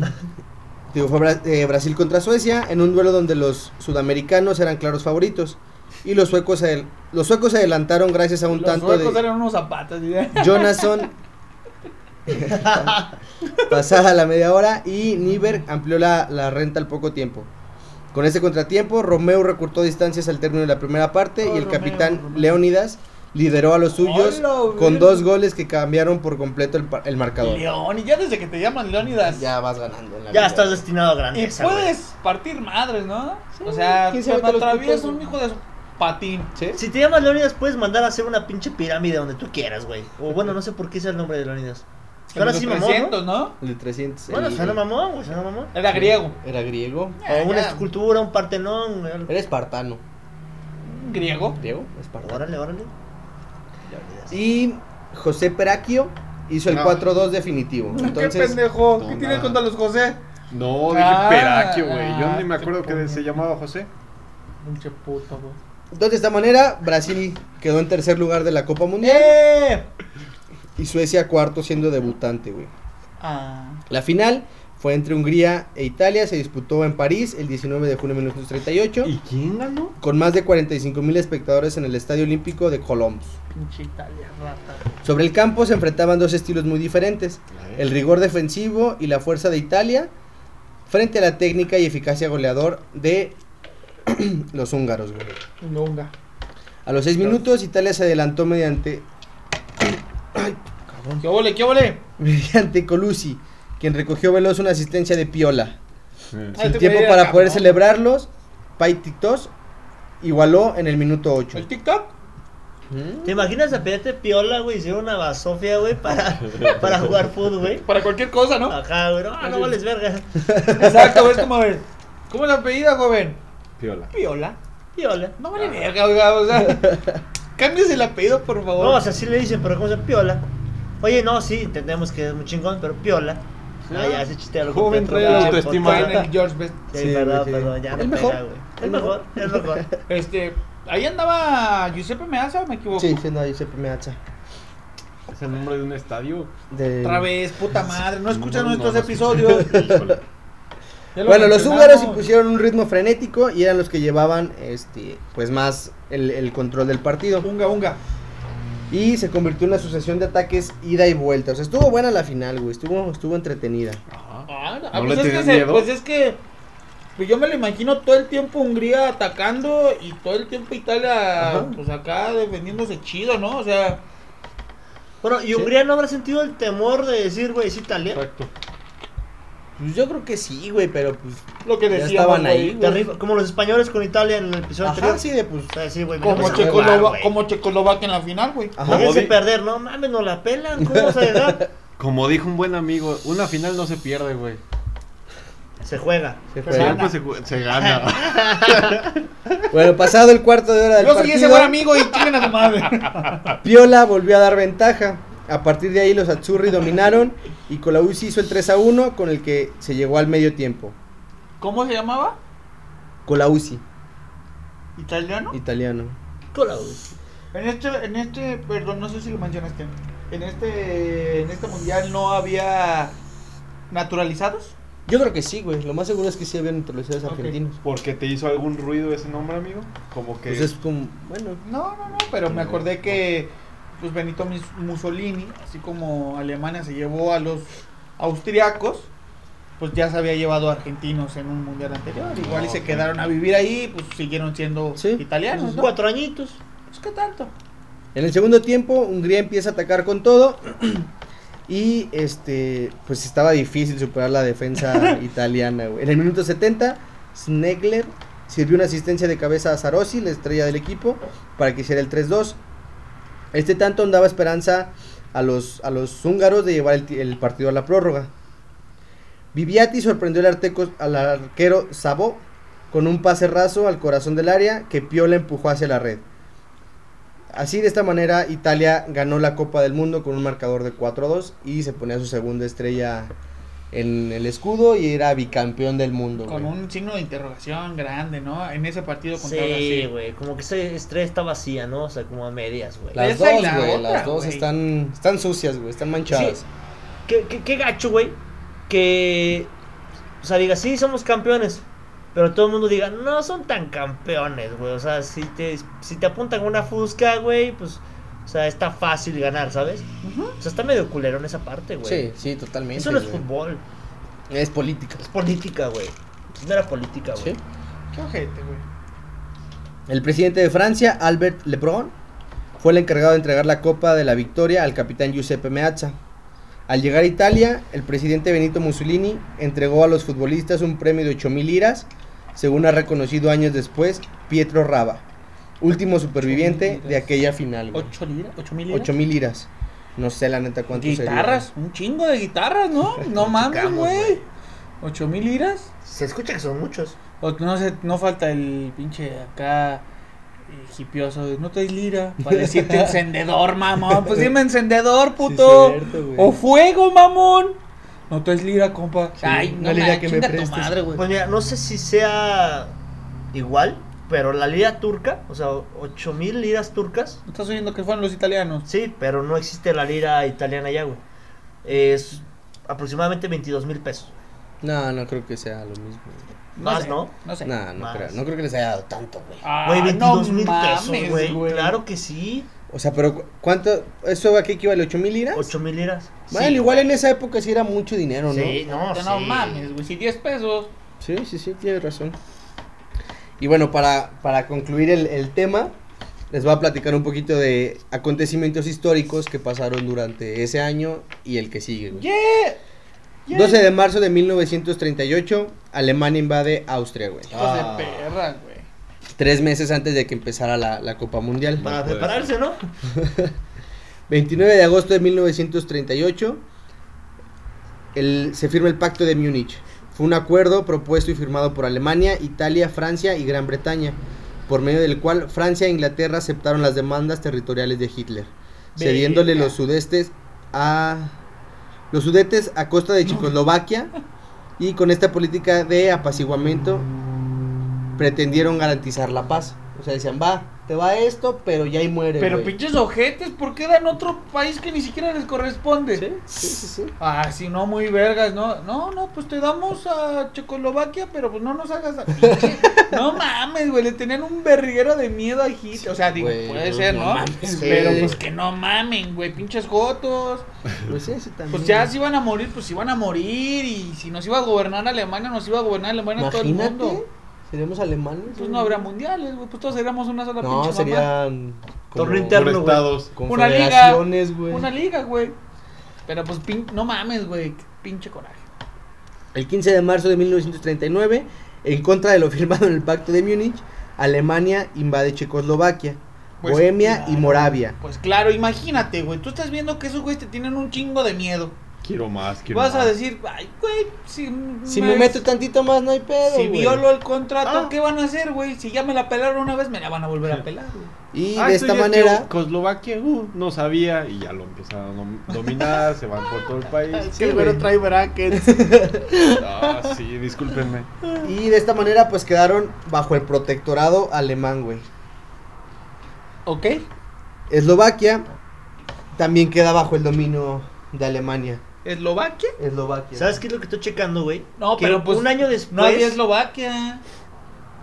Speaker 4: Digo, fue Bra- eh, Brasil contra Suecia en un duelo donde los sudamericanos eran claros favoritos. Y los suecos, adel- los suecos se adelantaron gracias a un
Speaker 2: Los
Speaker 4: tanto
Speaker 2: suecos
Speaker 4: de
Speaker 2: eran unos zapatos. ¿sí?
Speaker 4: Jonathan. pasada la media hora y Niver amplió la, la renta al poco tiempo. Con este contratiempo, Romeo recortó distancias al término de la primera parte
Speaker 2: Oh,
Speaker 4: y el
Speaker 2: Romeu,
Speaker 4: capitán
Speaker 2: Romeu.
Speaker 4: Leónidas lideró a los suyos
Speaker 2: Hola,
Speaker 4: con
Speaker 2: güey.
Speaker 4: dos goles que cambiaron por completo el, par- el marcador.
Speaker 2: León, y ya desde que te llaman Leónidas.
Speaker 4: Ya vas ganando. en la
Speaker 3: Ya
Speaker 4: vida.
Speaker 3: estás destinado a
Speaker 2: Y
Speaker 3: grandeza. güey.
Speaker 2: eh, puedes partir madres, ¿no? o sea,
Speaker 4: ¿quién se
Speaker 2: cuando
Speaker 4: mete los
Speaker 2: atraviesas
Speaker 4: putazos?
Speaker 2: un hijo de su patín.
Speaker 4: ¿Sí?
Speaker 3: Si te llamas Leonidas, puedes mandar a hacer una pinche pirámide donde tú quieras, güey. O bueno, no sé por qué es el nombre de Leonidas. Suena así mamón. ¿no?
Speaker 2: 300, ¿no?
Speaker 4: El de 300.
Speaker 3: Bueno,
Speaker 4: el-
Speaker 3: suena mamón, güey, suena mamón.
Speaker 2: Era griego.
Speaker 4: Era griego.
Speaker 2: Ah,
Speaker 3: O una
Speaker 2: ya.
Speaker 3: escultura, un partenón, güey. algo.
Speaker 4: Era espartano.
Speaker 2: Mm, Griego.
Speaker 4: ¿Griego? Espartano.
Speaker 3: Órale, órale.
Speaker 4: Y José Peraquio hizo el
Speaker 5: No.
Speaker 4: 4-2 definitivo.
Speaker 2: ¿Qué
Speaker 4: Entonces,
Speaker 2: pendejo? ¿Qué
Speaker 5: No,
Speaker 2: tienes
Speaker 5: nada.
Speaker 2: contra los José?
Speaker 5: No, dije
Speaker 2: Ah,
Speaker 5: Peraquio, güey. Yo
Speaker 2: ah,
Speaker 5: ni me
Speaker 2: te
Speaker 5: acuerdo que
Speaker 2: ponen.
Speaker 5: se llamaba José.
Speaker 2: Pinche puto, güey.
Speaker 4: entonces, de esta manera, Brasil quedó en tercer lugar de la Copa Mundial
Speaker 2: ¡Eh!
Speaker 4: y Suecia cuarto siendo debutante, güey.
Speaker 2: Ah.
Speaker 4: La final fue entre Hungría e Italia, se disputó en París el 19 de junio de 1938
Speaker 5: ¿Y quién ganó?
Speaker 4: con más de 45 mil espectadores en el Estadio Olímpico de Colombes.
Speaker 2: Pinche Italia, rata.
Speaker 4: Sobre el campo se enfrentaban dos estilos muy diferentes,
Speaker 5: E.
Speaker 4: el rigor defensivo y la fuerza de Italia frente a la técnica y eficacia goleador de los húngaros. güey.
Speaker 2: Lunga.
Speaker 4: A los seis minutos Italia se adelantó mediante,
Speaker 2: ¿Qué ole, qué ole?
Speaker 4: mediante Colucci, quien recogió veloz una asistencia de Piola.
Speaker 5: Sí.
Speaker 2: Ay,
Speaker 4: Sin
Speaker 2: te
Speaker 4: tiempo
Speaker 2: voy a ir
Speaker 4: para
Speaker 2: acá,
Speaker 4: poder
Speaker 2: ¿no?
Speaker 4: celebrarlos, Paititos igualó en el minuto ¿Mm? 8.
Speaker 2: ¿El TikTok?
Speaker 3: ¿Te imaginas a Pedete Piola, güey? Hicieron una basofia, güey, para, para jugar fútbol, güey.
Speaker 2: Para cualquier cosa, ¿no?
Speaker 3: Ajá, güey. No, no vales verga.
Speaker 2: Exacto, güey, es como de. ¿Cómo es la apellida, joven?
Speaker 5: Piola.
Speaker 2: Piola.
Speaker 3: Piola.
Speaker 2: No vale verga, oiga, o sea. Cambies el apellido, por favor.
Speaker 3: No, o sea, sí le dicen, pero ¿cómo se llama? Piola? Oye, no, sí, entendemos que es muy chingón, pero Piola. Ah, ya, ese chiste lo
Speaker 5: Joven,
Speaker 3: conté otro
Speaker 5: trae la
Speaker 3: pinche
Speaker 5: autoestima
Speaker 2: Fue en
Speaker 3: podcast.
Speaker 2: el George Best.
Speaker 3: Sí,
Speaker 4: Sí,
Speaker 3: perdón,
Speaker 4: güey, sí.
Speaker 3: perdón, ya no
Speaker 4: El
Speaker 3: pega,
Speaker 4: mejor.
Speaker 3: güey. El mejor, el mejor.
Speaker 2: Este, ahí andaba Giuseppe Meazza, ¿o me equivoco?
Speaker 4: Sí, siendo ahí Giuseppe Meazza.
Speaker 5: Es el nombre de un estadio.
Speaker 4: De-
Speaker 2: Otra vez, puta madre, no escuchan
Speaker 5: No, no,
Speaker 2: nuestros
Speaker 5: no escuchan.
Speaker 2: episodios.
Speaker 5: Híjole.
Speaker 2: Ya lo
Speaker 4: Bueno, los
Speaker 2: mencionamos.
Speaker 4: húngaros impusieron un ritmo frenético y eran los que llevaban este pues más el, el control del partido.
Speaker 2: Unga, unga.
Speaker 4: Y se convirtió en una sucesión de ataques ida y vuelta. O sea, estuvo buena la final, güey. Estuvo, estuvo entretenida.
Speaker 5: Ajá.
Speaker 2: Ah, no, pues,
Speaker 5: ¿No le
Speaker 2: es que
Speaker 5: tenías
Speaker 2: se-
Speaker 5: miedo?
Speaker 2: pues es que pues yo me lo imagino todo el tiempo Hungría atacando y todo el tiempo Italia
Speaker 4: Ajá.
Speaker 2: pues acá defendiéndose chido, ¿no? O sea,
Speaker 3: Bueno, y Hungría no habrá sentido el temor de decir, güey, es Italia.
Speaker 5: Exacto.
Speaker 4: Pues yo creo que sí, güey, pero pues.
Speaker 2: lo que
Speaker 4: Ya
Speaker 2: decíamos
Speaker 4: estaban
Speaker 2: güey,
Speaker 4: ahí.
Speaker 3: Te rifa- como los españoles con Italia en el episodio
Speaker 4: Ajá,
Speaker 3: anterior.
Speaker 4: sí, de pues.
Speaker 3: O sea, sí, güey, me
Speaker 2: Como,
Speaker 4: Checolo-
Speaker 3: la jugar,
Speaker 2: Checoslovaquia
Speaker 3: güey.
Speaker 2: como Checoslovaquia en la final, güey.
Speaker 4: Ajá.
Speaker 3: Déjense
Speaker 5: Como-
Speaker 3: perder, no mames, no la pelan, ¿cómo vamos a llegar?
Speaker 5: Como dijo un buen amigo, una final no se pierde, güey.
Speaker 3: Se juega.
Speaker 4: Se fue.
Speaker 2: Gana.
Speaker 5: Siempre se, ju- se gana.
Speaker 4: Bueno, pasado el cuarto de hora del
Speaker 2: Yo soy
Speaker 4: partido,
Speaker 2: ese buen amigo y chinguen a su madre.
Speaker 4: Piola volvió a dar ventaja. A partir de ahí los Azzurri dominaron y Colauzzi hizo el 3 a 1 con el que se llegó al medio tiempo.
Speaker 2: ¿Cómo se llamaba?
Speaker 4: Colauzzi,
Speaker 2: ¿Italiano?
Speaker 4: italiano.
Speaker 2: En este, en este, perdón, no sé si lo mencionaste. En este, en este mundial no había naturalizados.
Speaker 4: Yo creo que sí, güey. Lo más seguro es que sí habían introducidos
Speaker 2: Ok.
Speaker 4: argentinos.
Speaker 5: Porque te hizo algún ruido ese nombre, amigo. Como que.
Speaker 4: Pues es como, bueno.
Speaker 2: No, no, no, pero me acordé que pues Benito Mis- Mussolini, así como Alemania se llevó a los austriacos, pues ya se había llevado a argentinos en un mundial anterior. Igual y se
Speaker 5: ok.
Speaker 2: quedaron a vivir ahí, pues siguieron siendo
Speaker 4: Sí.
Speaker 2: italianos, ¿no?
Speaker 3: Cuatro añitos.
Speaker 2: Pues, ¿Qué tanto?
Speaker 4: En el segundo tiempo, Hungría empieza a atacar con todo. Y este, pues estaba difícil superar la defensa italiana, güey. En el minuto 70, Snegler sirvió una asistencia de cabeza a Sarossi, la estrella del equipo, para que hiciera el 3-2. Este tanto daba esperanza a los, a los húngaros de llevar el, ti- el partido a la prórroga. Viviati sorprendió al, arteco- al arquero Sabo con un pase raso al corazón del área que Piola empujó hacia la red. Así de esta manera Italia ganó la Copa del Mundo con un marcador de 4-2 y se ponía su segunda estrella en el escudo y era bicampeón del mundo.
Speaker 2: Con
Speaker 4: güey.
Speaker 2: un signo de interrogación grande, ¿no? En ese partido contra
Speaker 3: Sí,
Speaker 2: Brasil.
Speaker 3: güey, como que esa estrella está vacía, ¿no? O sea, como a medias, güey.
Speaker 4: Las dos,
Speaker 2: Esa y la
Speaker 4: güey,
Speaker 2: otra,
Speaker 4: las dos
Speaker 2: güey.
Speaker 4: están están sucias, güey, están manchadas.
Speaker 3: Sí. ¿Qué, qué, qué gacho, güey, que, o sea, diga, sí, somos campeones, pero todo el mundo diga, no son tan campeones, güey, o sea, si te, si te apuntan una fusca, güey, pues, o sea, está fácil ganar, ¿sabes?
Speaker 2: Ujú.
Speaker 3: O sea, está medio culero en esa parte, güey.
Speaker 4: Sí, sí, totalmente.
Speaker 3: Eso no es
Speaker 4: güey.
Speaker 3: fútbol,
Speaker 4: Es política.
Speaker 3: es política, güey. No era política,
Speaker 2: Ah,
Speaker 3: güey.
Speaker 4: Sí.
Speaker 2: Qué ojete, güey.
Speaker 4: El presidente de Francia, Albert Lebrun, fue el encargado de entregar la Copa de la Victoria al capitán Giuseppe Meazza. Al llegar a Italia, el presidente Benito Mussolini entregó a los futbolistas un premio de 8.000 liras, según ha reconocido años después Pietro Raba, último superviviente
Speaker 2: liras.
Speaker 4: de aquella final. güey.
Speaker 2: ¿Ocho liras? ¿Ocho mil liras?
Speaker 4: 8.000 liras. No sé la neta cuánto sería.
Speaker 2: Guitarras, un chingo de guitarras, ¿no? No mames,
Speaker 3: Checamos,
Speaker 2: güey.
Speaker 3: güey.
Speaker 2: ¿Ocho mil liras?
Speaker 3: Se escucha que son muchos.
Speaker 2: O no sé, no falta el pinche acá eh, hipioso de no traes lira para decirte encendedor, mamón. Pues dime encendedor,
Speaker 4: Sí,
Speaker 2: puto.
Speaker 4: cierto, güey.
Speaker 2: o fuego, mamón. No traes lira, compa. Ah,
Speaker 4: Sí,
Speaker 2: Ay,
Speaker 4: una
Speaker 2: no
Speaker 4: lira
Speaker 2: lira
Speaker 4: que
Speaker 2: que
Speaker 4: me
Speaker 2: me
Speaker 4: prestes.
Speaker 2: madre, güey.
Speaker 3: Pues mira, no sé si sea igual, pero la lira turca, o sea, 8000 liras turcas,
Speaker 2: ¿No estás oyendo que fueron los italianos?
Speaker 3: Sí, pero no existe la lira italiana ya, güey. Es aproximadamente 22 mil pesos.
Speaker 4: No, no creo que sea lo mismo.
Speaker 3: Más,
Speaker 2: sé,
Speaker 3: ¿no?
Speaker 2: No sé.
Speaker 4: No, no
Speaker 3: más.
Speaker 4: creo, no creo que les haya dado tanto, güey.
Speaker 2: Ah,
Speaker 3: Güey, 22 mil
Speaker 2: mames,
Speaker 3: pesos, güey. Claro que sí.
Speaker 4: O sea, pero cu- ¿cuánto? ¿Eso a qué equivale? ¿8.000 liras?
Speaker 3: 8 mil liras.
Speaker 4: Bueno,
Speaker 3: Sí,
Speaker 4: igual
Speaker 3: güey.
Speaker 4: en esa época sí era mucho dinero, ¿no?
Speaker 3: Sí, no,
Speaker 2: No,
Speaker 3: sí.
Speaker 2: mames, güey. Si 10 pesos.
Speaker 4: Sí, sí, sí, tienes razón. Y bueno, para, para concluir el, el tema, les voy a platicar un poquito de acontecimientos históricos que pasaron durante ese año y el que sigue. güey.
Speaker 2: Yeah. yeah.
Speaker 4: 12 de marzo de 1938, Alemania invade Austria, güey.
Speaker 2: Hijos de
Speaker 5: Ah.
Speaker 2: perra, güey.
Speaker 4: Tres meses antes de que empezara la, la Copa Mundial.
Speaker 3: Para
Speaker 5: puede
Speaker 3: prepararse, ¿no?
Speaker 4: 29 de agosto de 1938 el- se firma el Pacto de Múnich. Fue un acuerdo propuesto y firmado por Alemania, Italia, Francia y Gran Bretaña, por medio del cual Francia e Inglaterra aceptaron las demandas territoriales de Hitler, cediéndole
Speaker 2: Verga.
Speaker 4: los sudestes a los sudetes a costa de Checoslovaquia y con esta política de apaciguamiento pretendieron garantizar la paz. O sea, decían, va, te va esto, pero ya ahí muere.
Speaker 2: Pero
Speaker 4: Este, güey.
Speaker 2: pinches ojetes, ¿por qué dan otro país que ni siquiera les corresponde?
Speaker 4: Sí, sí, sí, sí.
Speaker 2: Ah, si no, muy vergas, no, no, no, pues te damos a Checoslovaquia, pero pues no nos hagas a pinche. No mames, güey, le tenían un berriguero de miedo a Hitler. o sea, digo,
Speaker 4: güey,
Speaker 2: puede
Speaker 4: no
Speaker 2: ser, ¿no?
Speaker 4: mames,
Speaker 2: pero
Speaker 4: güey.
Speaker 2: pues que no mamen, güey, pinches jotos.
Speaker 4: Pues sí, sí, también.
Speaker 2: Pues ya si iban a morir, pues iban a morir. Y si nos iba a gobernar Alemania, nos iba a gobernar Alemania todo el
Speaker 4: Imagínate,
Speaker 2: mundo.
Speaker 4: seríamos alemanes.
Speaker 2: Pues
Speaker 4: güey.
Speaker 2: no habría mundiales, güey, pues todos seríamos una sola
Speaker 4: No,
Speaker 2: pinche mamá.
Speaker 4: serían. como
Speaker 3: Torneo
Speaker 5: Por
Speaker 3: interno, güey.
Speaker 5: estados.
Speaker 2: Una liga.
Speaker 4: Confederaciones, güey.
Speaker 2: Una liga, güey. Pero pues pin- no mames, güey, qué pinche coraje.
Speaker 4: El 15 de marzo de 1939, en contra de lo firmado en el Pacto de Múnich, Alemania invade Checoslovaquia,
Speaker 2: Pues,
Speaker 4: Bohemia y
Speaker 2: claro.
Speaker 4: Moravia.
Speaker 2: Pues claro, imagínate, güey. Tú estás viendo que esos güeyes te tienen un chingo de miedo.
Speaker 5: Quiero más, quiero
Speaker 2: Vas a
Speaker 5: más.
Speaker 2: decir, ay, güey, si,
Speaker 4: Si me meto tantito más, no hay pedo.
Speaker 2: Si
Speaker 4: güey.
Speaker 2: violo el contrato,
Speaker 5: Ah.
Speaker 2: ¿qué van a hacer, güey? Si ya me la pelaron una vez, me la van a volver a pelar, güey.
Speaker 4: Y
Speaker 5: Ah,
Speaker 4: de
Speaker 5: esto
Speaker 4: esta
Speaker 5: ya es que
Speaker 4: manera.
Speaker 5: Checoslovaquia, uh, no sabía y ya lo empezaron a dom- dominar, se van por todo el país.
Speaker 2: Ah,
Speaker 4: Sí, güey.
Speaker 3: trae brackets.
Speaker 5: Ah, sí, discúlpenme.
Speaker 4: Y de esta manera, pues quedaron bajo el protectorado alemán, güey.
Speaker 2: ¿Ok?
Speaker 4: Eslovaquia también queda bajo el dominio de Alemania.
Speaker 2: ¿Eslovaquia?
Speaker 4: Eslovaquia.
Speaker 3: ¿Sabes qué es lo que estoy checando, güey?
Speaker 2: No,
Speaker 3: Que
Speaker 2: pero pues.
Speaker 3: Un año después.
Speaker 2: No había Eslovaquia.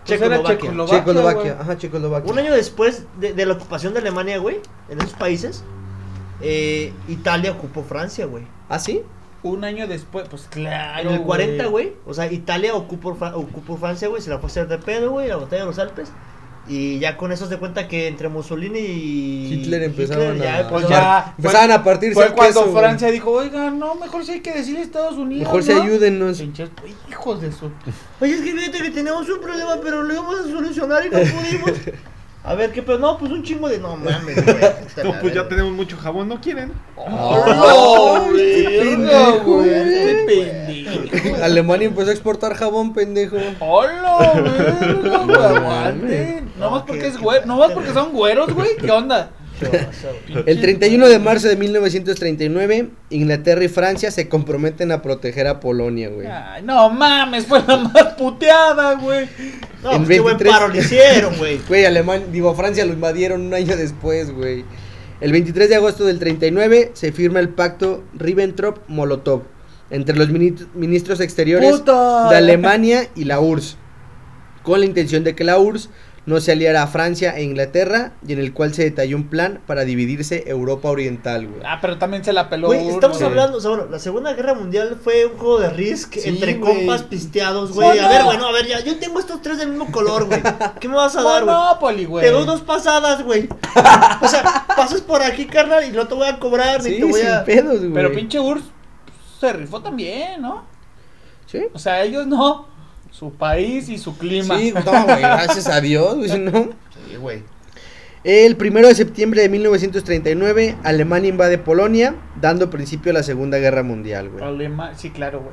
Speaker 2: Pues era
Speaker 3: Checoslovaquia.
Speaker 4: Checoslovaquia,
Speaker 2: güey.
Speaker 4: ajá, Checoslovaquia.
Speaker 3: Un año después de, de la ocupación de Alemania, güey, en esos países, eh, Italia ocupó Francia, güey.
Speaker 4: ¿Ah, sí?
Speaker 2: Un año después, pues claro.
Speaker 3: En el 40, güey, o sea, Italia ocupó, Fra- ocupó Francia, güey, se la fue a hacer de pedo, güey, la batalla de los Alpes. Y ya con eso se cuenta que entre Mussolini y
Speaker 4: Hitler empezaron
Speaker 3: ya
Speaker 4: a-
Speaker 2: Pues
Speaker 3: empezaron a-
Speaker 2: ya. fue-
Speaker 4: Empezaban a partirse
Speaker 2: Fue
Speaker 4: el
Speaker 2: cuando
Speaker 4: queso, güey.
Speaker 2: Francia dijo, oiga, no, mejor si hay que decirle a Estados Unidos.
Speaker 4: Mejor se
Speaker 2: ¿no?".
Speaker 4: ayúdennos.
Speaker 2: Pinches hijos de su.
Speaker 3: Oye, es que fíjate que tenemos un problema, pero lo íbamos a solucionar y no pudimos. A ver, ¿qué pedo? No, pues un chingo de... No, mames, güey.
Speaker 5: No, pues ya tenemos mucho jabón, ¿no quieren?
Speaker 4: Oh,
Speaker 2: ¡Ay,
Speaker 4: este
Speaker 2: verga,
Speaker 4: pendejo,
Speaker 2: güey!
Speaker 4: güey.
Speaker 2: ¡Este pendejo!
Speaker 4: Alemania empezó a exportar jabón, pendejo.
Speaker 2: ¡Hola, verga, güey!
Speaker 4: No
Speaker 2: ¡Aguante!
Speaker 4: mames.
Speaker 2: No más
Speaker 3: No,
Speaker 2: porque
Speaker 3: qué-
Speaker 2: es
Speaker 3: qué
Speaker 2: güero, no más
Speaker 3: fuerte,
Speaker 2: porque
Speaker 3: güey.
Speaker 2: son güeros, güey. ¿Qué onda?
Speaker 4: El 31 de marzo de 1939, Inglaterra y Francia se comprometen a proteger a Polonia, güey.
Speaker 2: Ay, no mames, fue la más puteada, güey.
Speaker 3: No,
Speaker 4: En
Speaker 3: pues qué buen
Speaker 4: 23.
Speaker 3: paro le hicieron, güey.
Speaker 4: Güey, Alemania, digo, a Francia lo invadieron un año después, güey. El 23 de agosto del 39 se firma el pacto Ribbentrop-Molotov entre los mini- ministros exteriores
Speaker 2: Puta.
Speaker 4: de Alemania y la URSS, con la intención de que la URSS no se aliara a Francia e Inglaterra, y en el cual se detalló un plan para dividirse Europa Oriental, güey.
Speaker 2: Ah, pero también se la peló.
Speaker 3: Güey, estamos
Speaker 4: Sí.
Speaker 2: uno.
Speaker 3: hablando, o sea, bueno, la Segunda Guerra Mundial fue un juego de Risk
Speaker 4: Sí,
Speaker 3: entre
Speaker 4: güey.
Speaker 3: compas pisteados, güey.
Speaker 2: ¡Oh,
Speaker 3: A ver,
Speaker 2: no!
Speaker 3: güey, no, a ver, ya, yo tengo estos tres del mismo color, güey. ¿Qué me vas a dar, güey?
Speaker 2: Monopoly, güey.
Speaker 3: Te doy dos pasadas, güey. O sea, pasas por aquí, carnal, y no te voy a cobrar, ni
Speaker 4: Sí,
Speaker 3: te voy
Speaker 4: sin
Speaker 3: a...
Speaker 4: pedos, güey.
Speaker 2: Pero pinche URSS se rifó también, ¿no?
Speaker 4: Sí.
Speaker 2: O sea, ellos no. Su país y su clima.
Speaker 4: Sí, no, güey, gracias a Dios, güey, ¿no?
Speaker 3: Sí, güey.
Speaker 4: El 1 de septiembre de 1939, Alemania invade Polonia, dando principio a la Segunda Guerra Mundial, güey.
Speaker 2: Problema, sí, claro, güey.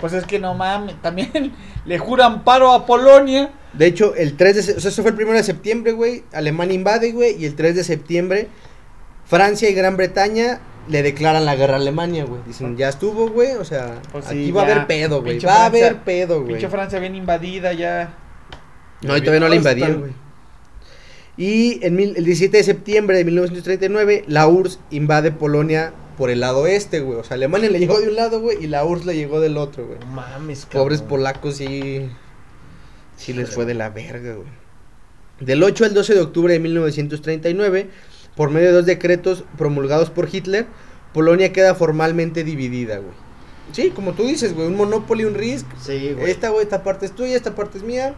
Speaker 2: Pues es que no mames, también le juran paro a Polonia.
Speaker 4: De hecho, el 3 de se- o sea, eso fue el 1 de septiembre, güey. Alemania invade, güey, y el 3 de septiembre Francia y Gran Bretaña le declaran la guerra a Alemania, güey. Dicen, ya estuvo, güey, o sea,
Speaker 2: Pues sí,
Speaker 4: aquí va a
Speaker 2: ya.
Speaker 4: haber pedo, güey.
Speaker 2: Pinche
Speaker 4: Va a haber
Speaker 2: Francia-
Speaker 4: pedo, güey.
Speaker 2: Pinche Francia bien invadida ya.
Speaker 4: No, y todavía no la
Speaker 5: Hasta-
Speaker 4: invadieron, güey. Y en mil- el 17 de septiembre de 1939, la URSS invade Polonia por el lado este, güey. O sea, Alemania le llegó de un lado, güey, y la URSS le llegó del otro, güey.
Speaker 3: No mames, cabrón.
Speaker 4: Pobres polacos sí. Sí les fue de la verga, güey. Del 8 al 12 de octubre de 1939, por medio de dos decretos promulgados por Hitler, Polonia queda formalmente dividida, güey. Sí, como tú dices, güey, un Monopoly, un Risk,
Speaker 3: Sí, güey.
Speaker 4: esta, güey, esta parte es tuya, esta parte es mía.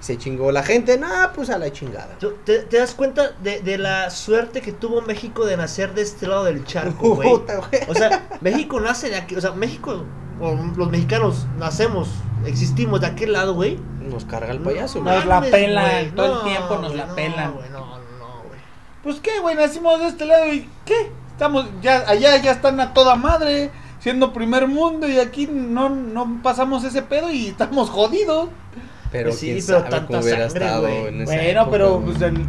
Speaker 4: Se chingó la gente. No, pues a la chingada.
Speaker 3: Tú- ¿Te, te das cuenta de, de la suerte que tuvo México de nacer de este lado del charco, güey?
Speaker 4: Puta, güey.
Speaker 3: O sea, México nace de aquí, o sea, México, o los mexicanos nacemos, existimos de aquel lado, güey.
Speaker 4: Nos carga el payaso,
Speaker 2: No,
Speaker 4: güey.
Speaker 2: Nos la
Speaker 3: mames,
Speaker 2: pelan,
Speaker 3: güey.
Speaker 2: todo el tiempo nos
Speaker 3: güey,
Speaker 2: la
Speaker 3: no,
Speaker 2: pelan.
Speaker 3: güey, no, no, güey.
Speaker 2: Pues qué, güey, nacimos de este lado y qué. Estamos ya allá ya están a toda madre siendo primer mundo y aquí no no pasamos ese pedo y estamos jodidos.
Speaker 4: Pero
Speaker 3: Pues sí,
Speaker 4: quién
Speaker 3: pero
Speaker 4: sabe
Speaker 3: tanta
Speaker 4: cómo hubiera
Speaker 3: sangre,
Speaker 4: estado
Speaker 3: güey.
Speaker 4: en esa
Speaker 2: Bueno,
Speaker 4: época,
Speaker 2: pero
Speaker 4: güey.
Speaker 2: pues, el-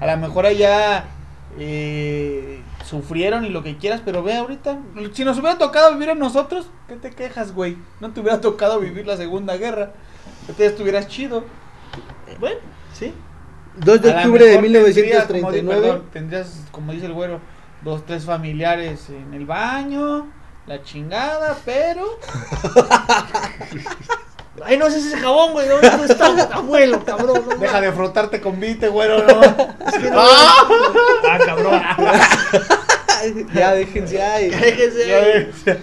Speaker 2: a lo mejor allá eh, sufrieron y lo que quieras, pero ve ahorita, si nos hubiera tocado vivir a nosotros, ¿qué te quejas, güey? No te hubiera tocado vivir la Segunda Guerra, que te estuvieras chido.
Speaker 3: Bueno, sí.
Speaker 4: 2 de
Speaker 2: A lo
Speaker 4: octubre de
Speaker 2: mejor tendrías, como di-
Speaker 4: 1939.
Speaker 2: perdón, Tendrías, como dice el güero, dos, tres familiares en el baño, la chingada, pero...
Speaker 3: Ay, no ese es ese jabón, güey. ¿Dónde está, abuelo, cabrón? No,
Speaker 2: Deja de frotarte con vite, güero, no.
Speaker 3: es que no- ah, cabrón.
Speaker 4: Ya, déjense ahí.
Speaker 3: Déjese,
Speaker 2: Ya
Speaker 3: güey.
Speaker 2: ves.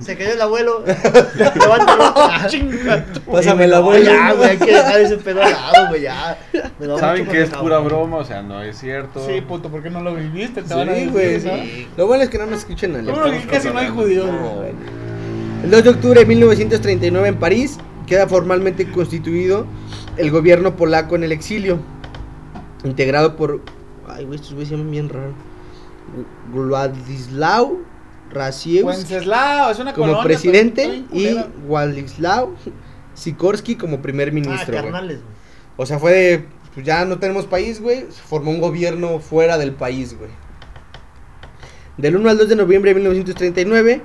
Speaker 3: Se cayó el abuelo. Levántalo. Ah, chinga tú.
Speaker 4: Pásame el
Speaker 3: No,
Speaker 4: abuelo.
Speaker 3: Ya, güey, hay que dejar ese pedo al lado, güey, ya. Me da
Speaker 5: Saben
Speaker 3: mucho
Speaker 5: que es
Speaker 3: jabón.
Speaker 5: pura broma, o sea, no es cierto.
Speaker 2: Sí, pues, puto, ¿por qué no lo viviste? Te van a
Speaker 4: Sí,
Speaker 2: decir,
Speaker 4: güey.
Speaker 2: ¿no?
Speaker 4: sí. Lo bueno es que no nos escuchan a la
Speaker 2: Seguro que casi no hay judíos.
Speaker 4: No, bueno. El 2 de octubre de 1939 en París queda formalmente constituido el gobierno polaco en el exilio, integrado por... Ay, güey, estos güeyes se llaman bien raro. Gu- Władysław Rasiewski
Speaker 2: Wenceslao, es una
Speaker 4: como
Speaker 2: colonia, pero
Speaker 4: presidente
Speaker 2: está bien
Speaker 4: y
Speaker 2: culera.
Speaker 4: Władysław Sikorski como primer
Speaker 3: Ah,
Speaker 4: ministro, güey.
Speaker 3: carnales, güey.
Speaker 4: O sea, fue de... pues, ya no tenemos país, güey. Se formó un gobierno fuera del país, güey. Del 1 al 2 de noviembre de 1939,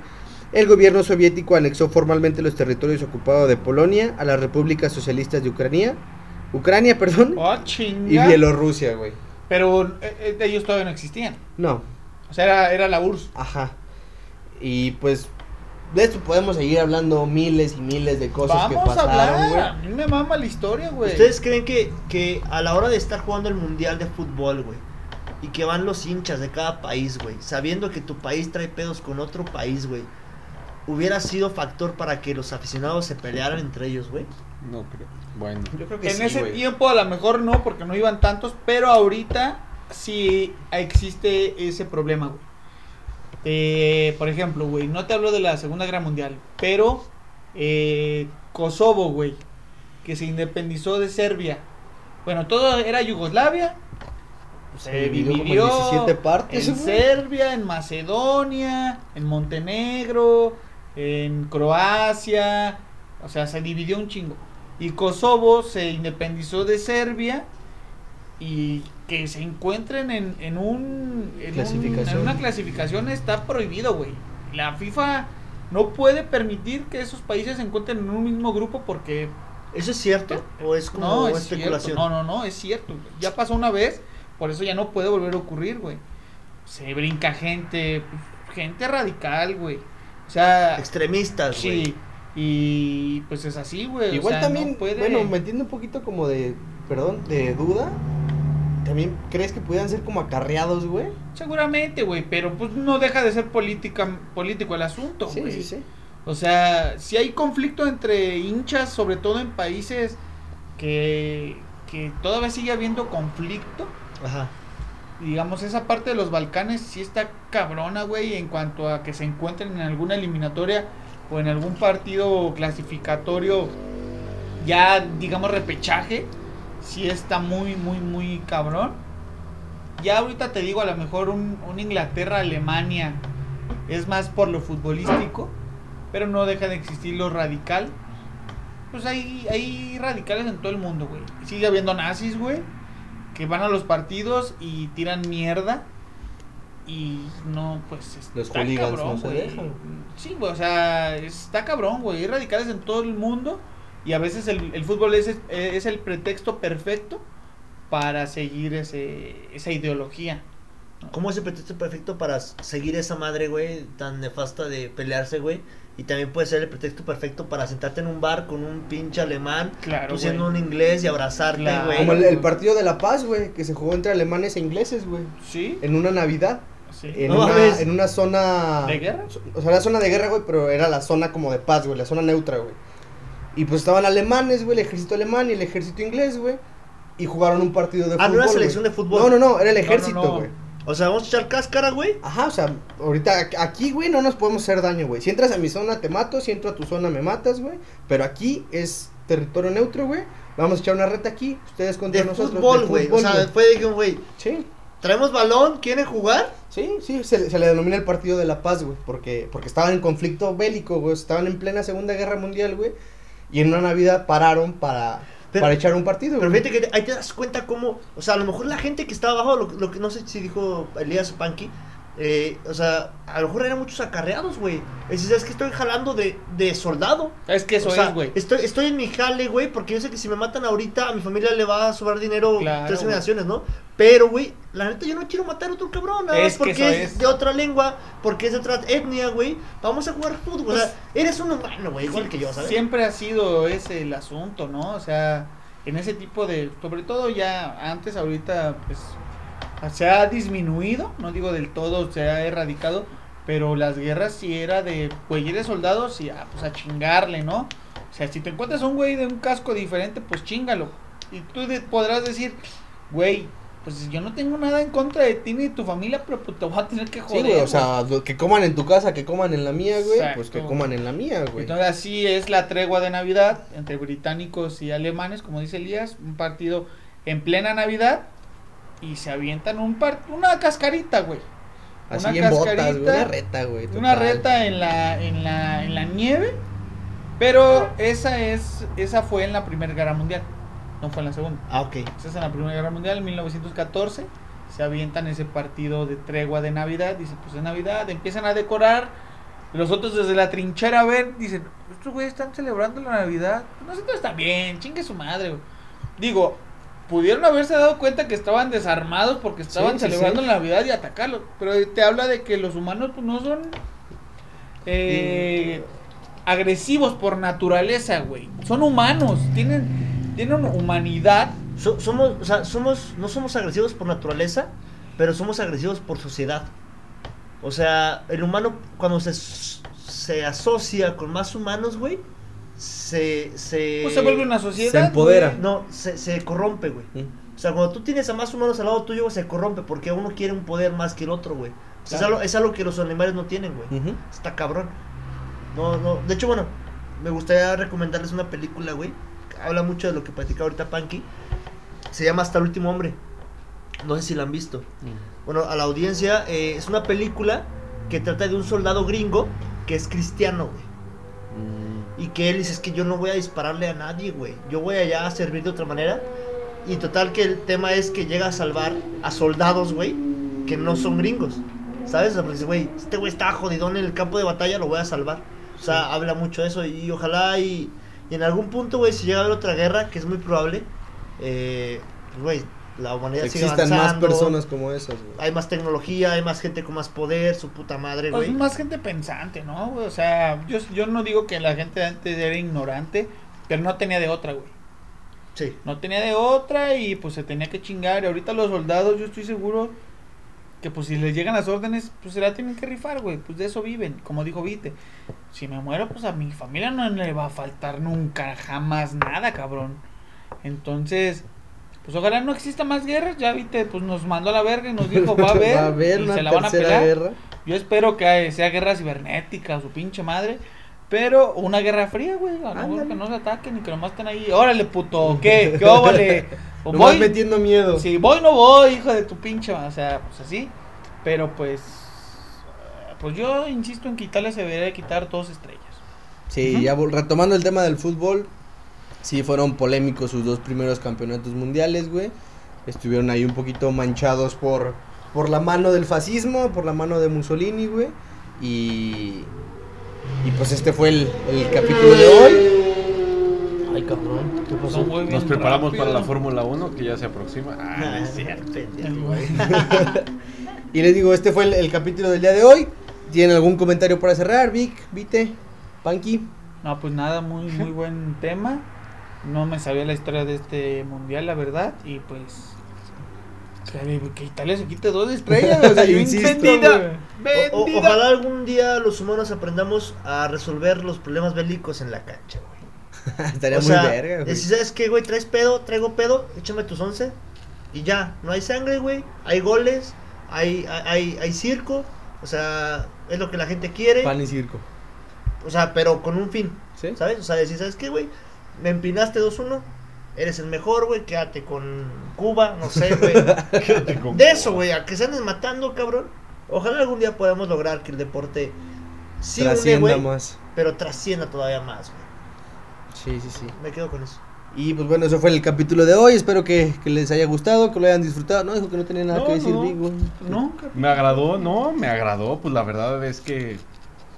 Speaker 4: el gobierno soviético anexó formalmente los territorios ocupados de Polonia a las repúblicas socialistas de Ucrania, Ucrania, perdón,
Speaker 2: Oh,
Speaker 4: y
Speaker 2: chinga.
Speaker 4: Bielorrusia, güey.
Speaker 2: Pero eh, eh, ellos todavía no existían.
Speaker 4: No,
Speaker 2: O sea, era, era la URSS.
Speaker 4: ajá. Y pues de esto podemos seguir hablando miles y miles de cosas que
Speaker 2: Vamos a
Speaker 4: pasaron,
Speaker 2: hablar.
Speaker 4: güey.
Speaker 2: A mí me mama la historia, güey.
Speaker 3: ¿Ustedes creen que, que a la hora de estar jugando el mundial de fútbol, güey, y que van los hinchas de cada país, güey, sabiendo que tu país trae pedos con otro país, güey, hubiera sido factor para que los aficionados se pelearan entre ellos, güey?
Speaker 5: No creo. Bueno.
Speaker 4: Yo creo que
Speaker 2: En
Speaker 4: sí,
Speaker 2: ese
Speaker 4: güey.
Speaker 2: tiempo a lo mejor no, porque no iban tantos, pero ahorita sí existe ese problema, güey. Eh, por ejemplo, güey, no te hablo de la Segunda Guerra Mundial, pero eh, Kosovo, güey, que se independizó de Serbia. Bueno, todo era Yugoslavia. Se
Speaker 4: dividió como en
Speaker 2: dividió
Speaker 4: 17 partes,
Speaker 2: en
Speaker 4: güey.
Speaker 2: Serbia, en Macedonia, en Montenegro, en Croacia. O sea, se dividió un chingo. Y Kosovo se independizó de Serbia y que se encuentren en, en un en, un-
Speaker 4: Clasificación.
Speaker 2: en una clasificación está prohibido, güey. La FIFA no puede permitir que esos países se encuentren en un mismo grupo porque
Speaker 3: ¿Eso es cierto? ¿O es como
Speaker 2: no es cierto.
Speaker 3: especulación?
Speaker 2: No, no, no, es cierto. güey. Ya pasó una vez, por eso ya no puede volver a ocurrir, güey. Se brinca gente, pues, gente radical, güey. O sea,
Speaker 3: Extremistas, güey.
Speaker 2: sí. Y pues es así, güey. o
Speaker 4: Igual
Speaker 2: sea, no
Speaker 4: también,
Speaker 2: puede-
Speaker 4: bueno, metiendo un poquito como de, perdón, de duda. También, ¿crees que pudieran ser como acarreados, güey?
Speaker 2: Seguramente, güey, pero pues no deja de ser política, político el asunto,
Speaker 4: Sí,
Speaker 2: güey.
Speaker 4: sí, sí.
Speaker 2: O sea, si hay conflicto entre hinchas, sobre todo en países que, que todavía sigue habiendo conflicto,
Speaker 3: Ajá.
Speaker 2: digamos, esa parte de los Balcanes sí está cabrona, güey, en cuanto a que se encuentren en alguna eliminatoria o en algún partido clasificatorio, ya, digamos, repechaje, sí está muy, muy, muy cabrón. Ya ahorita te digo, a lo mejor un, un Inglaterra-Alemania es más por lo futbolístico, pero no deja de existir lo radical. Pues hay, hay radicales en todo el mundo, güey. Sigue habiendo nazis, güey que van a los partidos y tiran mierda y no pues está
Speaker 4: Los hooligans
Speaker 2: cabrón,
Speaker 4: no se
Speaker 2: güey.
Speaker 4: dejan.
Speaker 2: Sí, güey, o sea, está cabrón, güey, hay radicales en todo el mundo y a veces el, el fútbol es, es el pretexto perfecto para seguir ese esa ideología.
Speaker 3: ¿Cómo es el pretexto perfecto para s- seguir esa madre, güey, tan nefasta de pelearse, güey? Y también puede ser el pretexto perfecto para sentarte en un bar con un pinche alemán,
Speaker 2: Claro,
Speaker 3: tú siendo
Speaker 2: güey.
Speaker 3: un inglés y abrazarte,
Speaker 2: Claro.
Speaker 3: güey.
Speaker 4: Como el, el partido de La Paz, güey, que se jugó entre alemanes e ingleses, güey.
Speaker 2: Sí.
Speaker 4: En una Navidad.
Speaker 2: sí.
Speaker 4: En,
Speaker 3: No mames.
Speaker 4: una, en una zona...
Speaker 2: ¿De guerra?
Speaker 4: O sea, la zona de guerra, güey, pero era la zona como de paz, güey, la zona neutra, güey. Y pues estaban alemanes, güey, el ejército alemán y el ejército inglés, güey. Y jugaron un partido de fútbol.
Speaker 3: Ah, no era
Speaker 4: güey.
Speaker 3: selección de fútbol.
Speaker 4: No, no, no, era el
Speaker 2: No, no,
Speaker 4: ejército,
Speaker 2: no.
Speaker 4: güey.
Speaker 3: O sea, vamos a echar cáscara, güey.
Speaker 4: Ajá, o sea, ahorita ac- aquí, güey, no nos podemos hacer daño, güey. Si entras a mi zona, te mato. Si entro a tu zona, me matas, güey. Pero aquí es territorio neutro, güey. Vamos a echar una reta aquí. Ustedes contra
Speaker 3: De
Speaker 4: nosotros. de
Speaker 3: fútbol, güey. O
Speaker 4: fútbol,
Speaker 3: sea,
Speaker 4: güey.
Speaker 3: fue de que, güey,
Speaker 4: Sí,
Speaker 3: traemos balón, ¿quieren jugar?
Speaker 4: sí, sí. Se, le- se le denomina el partido de la paz, güey. Porque, porque estaban en conflicto bélico, güey. Estaban en plena Segunda Guerra Mundial, güey. Y en una Navidad pararon para,
Speaker 3: Pero-
Speaker 4: para echar un partido,
Speaker 3: Pero
Speaker 4: güey.
Speaker 3: fíjate que ahí te das cuenta cómo, o sea, a lo mejor la gente que estaba abajo, lo, lo que no sé si dijo Elías Panky, eh, o sea, a lo mejor eran muchos acarreados, güey. Es decir, es que estoy jalando de, de soldado.
Speaker 2: Es que eso
Speaker 3: O sea,
Speaker 2: es, güey.
Speaker 3: Estoy, estoy en mi jale, güey, porque yo sé que si me matan ahorita a mi familia le va a sobrar dinero
Speaker 2: Claro,
Speaker 3: tres
Speaker 2: güey.
Speaker 3: generaciones, ¿no? Pero, güey, la neta yo no quiero matar a otro cabrón, nada
Speaker 2: Es
Speaker 3: más
Speaker 2: que
Speaker 3: porque
Speaker 2: eso
Speaker 3: es,
Speaker 2: es.
Speaker 3: de otra lengua, porque es de otra etnia, güey. Vamos a jugar fútbol, o sea,
Speaker 2: Pues-
Speaker 3: eres un humano, güey, igual que yo, ¿sabes?
Speaker 2: Siempre ha sido ese el asunto, ¿no? O sea, en ese tipo de, sobre todo ya antes, ahorita, pues, se ha disminuido, no digo del todo, se ha erradicado, pero las guerras sí era de, güey, eres soldado, sí, ah, pues a chingarle, ¿no? O sea, si te encuentras a un güey de un casco diferente, pues chingalo. Y tú de- podrás decir, güey, pues yo no tengo nada en contra de ti ni de tu familia, pero pues te voy a tener que
Speaker 4: Sí,
Speaker 2: joder.
Speaker 4: güey, o
Speaker 2: güey".
Speaker 4: sea, do- que coman en tu casa, que coman en la mía, güey, pues que
Speaker 2: Exacto.
Speaker 4: coman en la mía, güey.
Speaker 2: Entonces así es la tregua de Navidad entre británicos y alemanes, como dice Elías, un partido en plena Navidad y se avientan un par una cascarita, güey.
Speaker 4: Así
Speaker 2: una
Speaker 4: en botas, güey,
Speaker 2: cascarita,
Speaker 4: una reta, güey.
Speaker 2: Una
Speaker 4: total.
Speaker 2: reta en la en la en la nieve, pero esa es esa fue en la Primera Guerra Mundial, no fue en la Segunda.
Speaker 3: Ah, ok.
Speaker 2: Esa es en la Primera Guerra Mundial, en 1914. Se avientan ese partido de tregua de Navidad. Dice, pues es Navidad. Empiezan a decorar. Los otros desde la trinchera ven. Dicen, estos güeyes están celebrando la Navidad. Nosotros también. Chingue su madre, güey. Digo, pudieron haberse dado cuenta que estaban desarmados porque estaban
Speaker 4: Sí, sí,
Speaker 2: celebrando
Speaker 4: sí.
Speaker 2: la Navidad y atacarlos. Pero te habla de que los humanos pues, no son eh, agresivos por naturaleza, güey. Son humanos. Tienen, tienen humanidad.
Speaker 3: So- somos, o sea, somos, no somos agresivos por naturaleza, pero somos agresivos por sociedad. O sea, el humano cuando se, se asocia con más humanos, güey, se, se...
Speaker 2: Pues se vuelve una sociedad. güey.
Speaker 4: empodera.
Speaker 3: No, se, se corrompe, güey.
Speaker 4: Mm.
Speaker 3: O sea, cuando tú tienes a más humanos al lado tuyo, güey, se corrompe porque uno quiere un poder más que el otro, güey. O sea, es,
Speaker 2: Claro.
Speaker 3: algo, es algo que los animales no tienen, güey.
Speaker 4: Ujú.
Speaker 3: Está cabrón. No, no. De hecho, bueno, me gustaría recomendarles una película, güey. que Habla mucho de lo que platica ahorita Panky. Se llama Hasta el último hombre. No sé si la han visto. Bueno, a la audiencia, eh, es una película que trata de un soldado gringo que es cristiano, güey.
Speaker 5: Mm.
Speaker 3: Y que él dice, es que yo no voy a dispararle a nadie, güey. Yo voy allá a servir de otra manera. Y total que el tema es que llega a salvar a soldados, güey, que no son gringos. ¿Sabes? O sea, porque dice, güey, este güey está jodidón en el campo de batalla, lo voy a salvar. O sea, habla mucho de eso. Y ojalá y, y en algún punto, güey, si llega a haber otra guerra, que es muy probable, eh, pues, güey, la humanidad sigue
Speaker 4: Existan más
Speaker 3: avanzando,
Speaker 4: personas como esas, güey.
Speaker 3: Hay más tecnología, hay más gente con más poder, su puta madre,
Speaker 2: Pues
Speaker 3: güey.
Speaker 2: más gente pensante, ¿no? güey? O sea, yo, yo no digo que la gente de antes era ignorante, pero no tenía de otra, güey.
Speaker 3: Sí.
Speaker 2: No tenía de otra y pues se tenía que chingar. Y ahorita los soldados, yo estoy seguro que pues si les llegan las órdenes, pues se la tienen que rifar, güey. Pues de eso viven, como dijo Vite. Si me muero, pues a mi familia no le va a faltar nunca, jamás nada, cabrón. Entonces, pues ojalá no exista más guerras. Ya Vite, pues nos mandó a la verga y nos dijo, va a haber,
Speaker 4: Va a haber
Speaker 2: y
Speaker 4: una
Speaker 2: se la van a
Speaker 4: tercera
Speaker 2: pelar.
Speaker 4: guerra.
Speaker 2: Yo espero que eh, sea guerra cibernética o su pinche madre. Pero una guerra fría, güey. a lo mejor
Speaker 4: Ándale.
Speaker 2: que no se ataquen y que nomás estén ahí. Órale, puto, ¿qué? ¿Qué óvole? ¿O
Speaker 4: Nomás
Speaker 2: voy?
Speaker 4: metiendo miedo.
Speaker 2: Si voy, no voy, hijo de tu pinche madre. O sea, pues así. Pero pues. eh, Pues yo insisto en quitarle, se debería de quitar dos estrellas.
Speaker 4: Sí,
Speaker 2: Ujú.
Speaker 4: ya vol- retomando el tema del fútbol, sí fueron polémicos sus dos primeros campeonatos mundiales, güey. Estuvieron ahí un poquito manchados por, por la mano del fascismo, por la mano de Mussolini, güey. Y, y pues este fue el, el capítulo de hoy. Ay, cabrón, ¿qué pasó?
Speaker 2: Son muy bien
Speaker 5: Pues Nos preparamos
Speaker 2: rápido.
Speaker 5: para la Fórmula 1 que ya se aproxima. Ah, no es cierto.
Speaker 3: pendejo.
Speaker 4: Y les digo, este fue el, el capítulo del día de hoy. ¿Tienen algún comentario para cerrar, Vic, Vite, Panky?
Speaker 2: No, pues nada, muy, muy buen tema. No me sabía la historia de este mundial, la verdad. Y pues. que- Que Italia se quite dos estrellas. O sea, yo
Speaker 4: Insisto,
Speaker 2: bendita.
Speaker 3: O- o-
Speaker 2: Bendita.
Speaker 3: ojalá algún día los humanos aprendamos a resolver los problemas bélicos en la cancha, güey.
Speaker 4: Estaría
Speaker 3: o
Speaker 4: muy
Speaker 3: sea,
Speaker 4: verga, güey.
Speaker 3: si sabes que, güey, traes pedo, traigo pedo, échame tus 11 y ya. No hay sangre, güey, hay goles, hay, hay, hay circo, o sea, es lo que la gente quiere,
Speaker 4: Pan y circo.
Speaker 3: o sea, pero con un fin,
Speaker 4: ¿Sí?
Speaker 3: ¿sabes? O sea, si sabes que, güey, me empinaste 2-1, eres el mejor, güey, quédate con Cuba, no sé, güey.
Speaker 5: Quédate con-
Speaker 3: De eso, güey, a que se anden matando, cabrón. Ojalá algún día podamos lograr que el deporte sí une,
Speaker 4: Trascienda
Speaker 3: güey,
Speaker 4: más.
Speaker 3: pero trascienda todavía más, güey.
Speaker 4: Sí, sí, sí.
Speaker 3: Me quedo con eso.
Speaker 4: Y pues bueno, eso fue el capítulo de hoy. Espero que, que les haya gustado, que lo hayan disfrutado. No, dijo que no tenía nada
Speaker 5: No,
Speaker 4: que decir,
Speaker 5: no.
Speaker 4: Vigo.
Speaker 2: No, cap-
Speaker 5: Me agradó, no, me agradó. Pues la verdad es que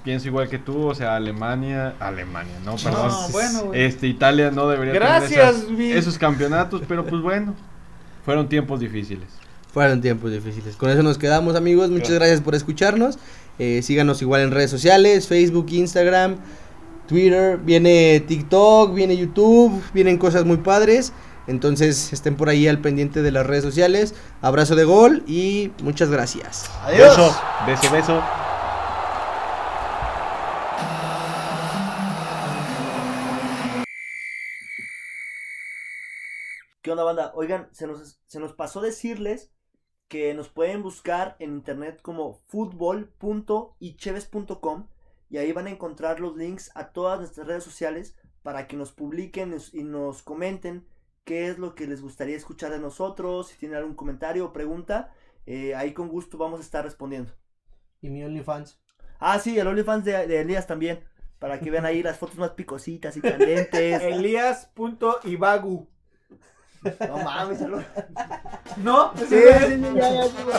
Speaker 5: pienso igual que tú. O sea, Alemania, Alemania, no, perdón.
Speaker 2: no, bueno, güey.
Speaker 5: Este, Italia no debería
Speaker 2: Gracias,
Speaker 5: tener
Speaker 2: Vic.
Speaker 5: esas- esos campeonatos, pero pues bueno, fueron tiempos difíciles.
Speaker 4: Fueron tiempos difíciles. Con eso nos quedamos, amigos. Muchas gracias por escucharnos. Eh, síganos igual en redes sociales: Facebook, Instagram, Twitter. Viene TikTok, viene YouTube. Vienen cosas muy padres. Entonces estén por ahí al pendiente de las redes sociales. Abrazo de gol y muchas gracias.
Speaker 3: Adiós.
Speaker 5: Beso, beso, beso.
Speaker 3: ¿Qué onda, banda? Oigan, se nos, se nos pasó decirles que nos pueden buscar en internet como futbol.icheves.com y ahí van a encontrar los links a todas nuestras redes sociales para que nos publiquen nos- y nos comenten qué es lo que les gustaría escuchar de nosotros, si tienen algún comentario o pregunta, eh, ahí con gusto vamos a estar respondiendo.
Speaker 4: Y mi OnlyFans.
Speaker 3: Ah, sí, el OnlyFans de, de Elías también, para que vean ahí las fotos más picositas y candentes.
Speaker 2: Elías.ibagu.
Speaker 3: no mames, Alonso.
Speaker 2: ¿No?
Speaker 3: Sí, sí, sí, ya, ya, sí, güey.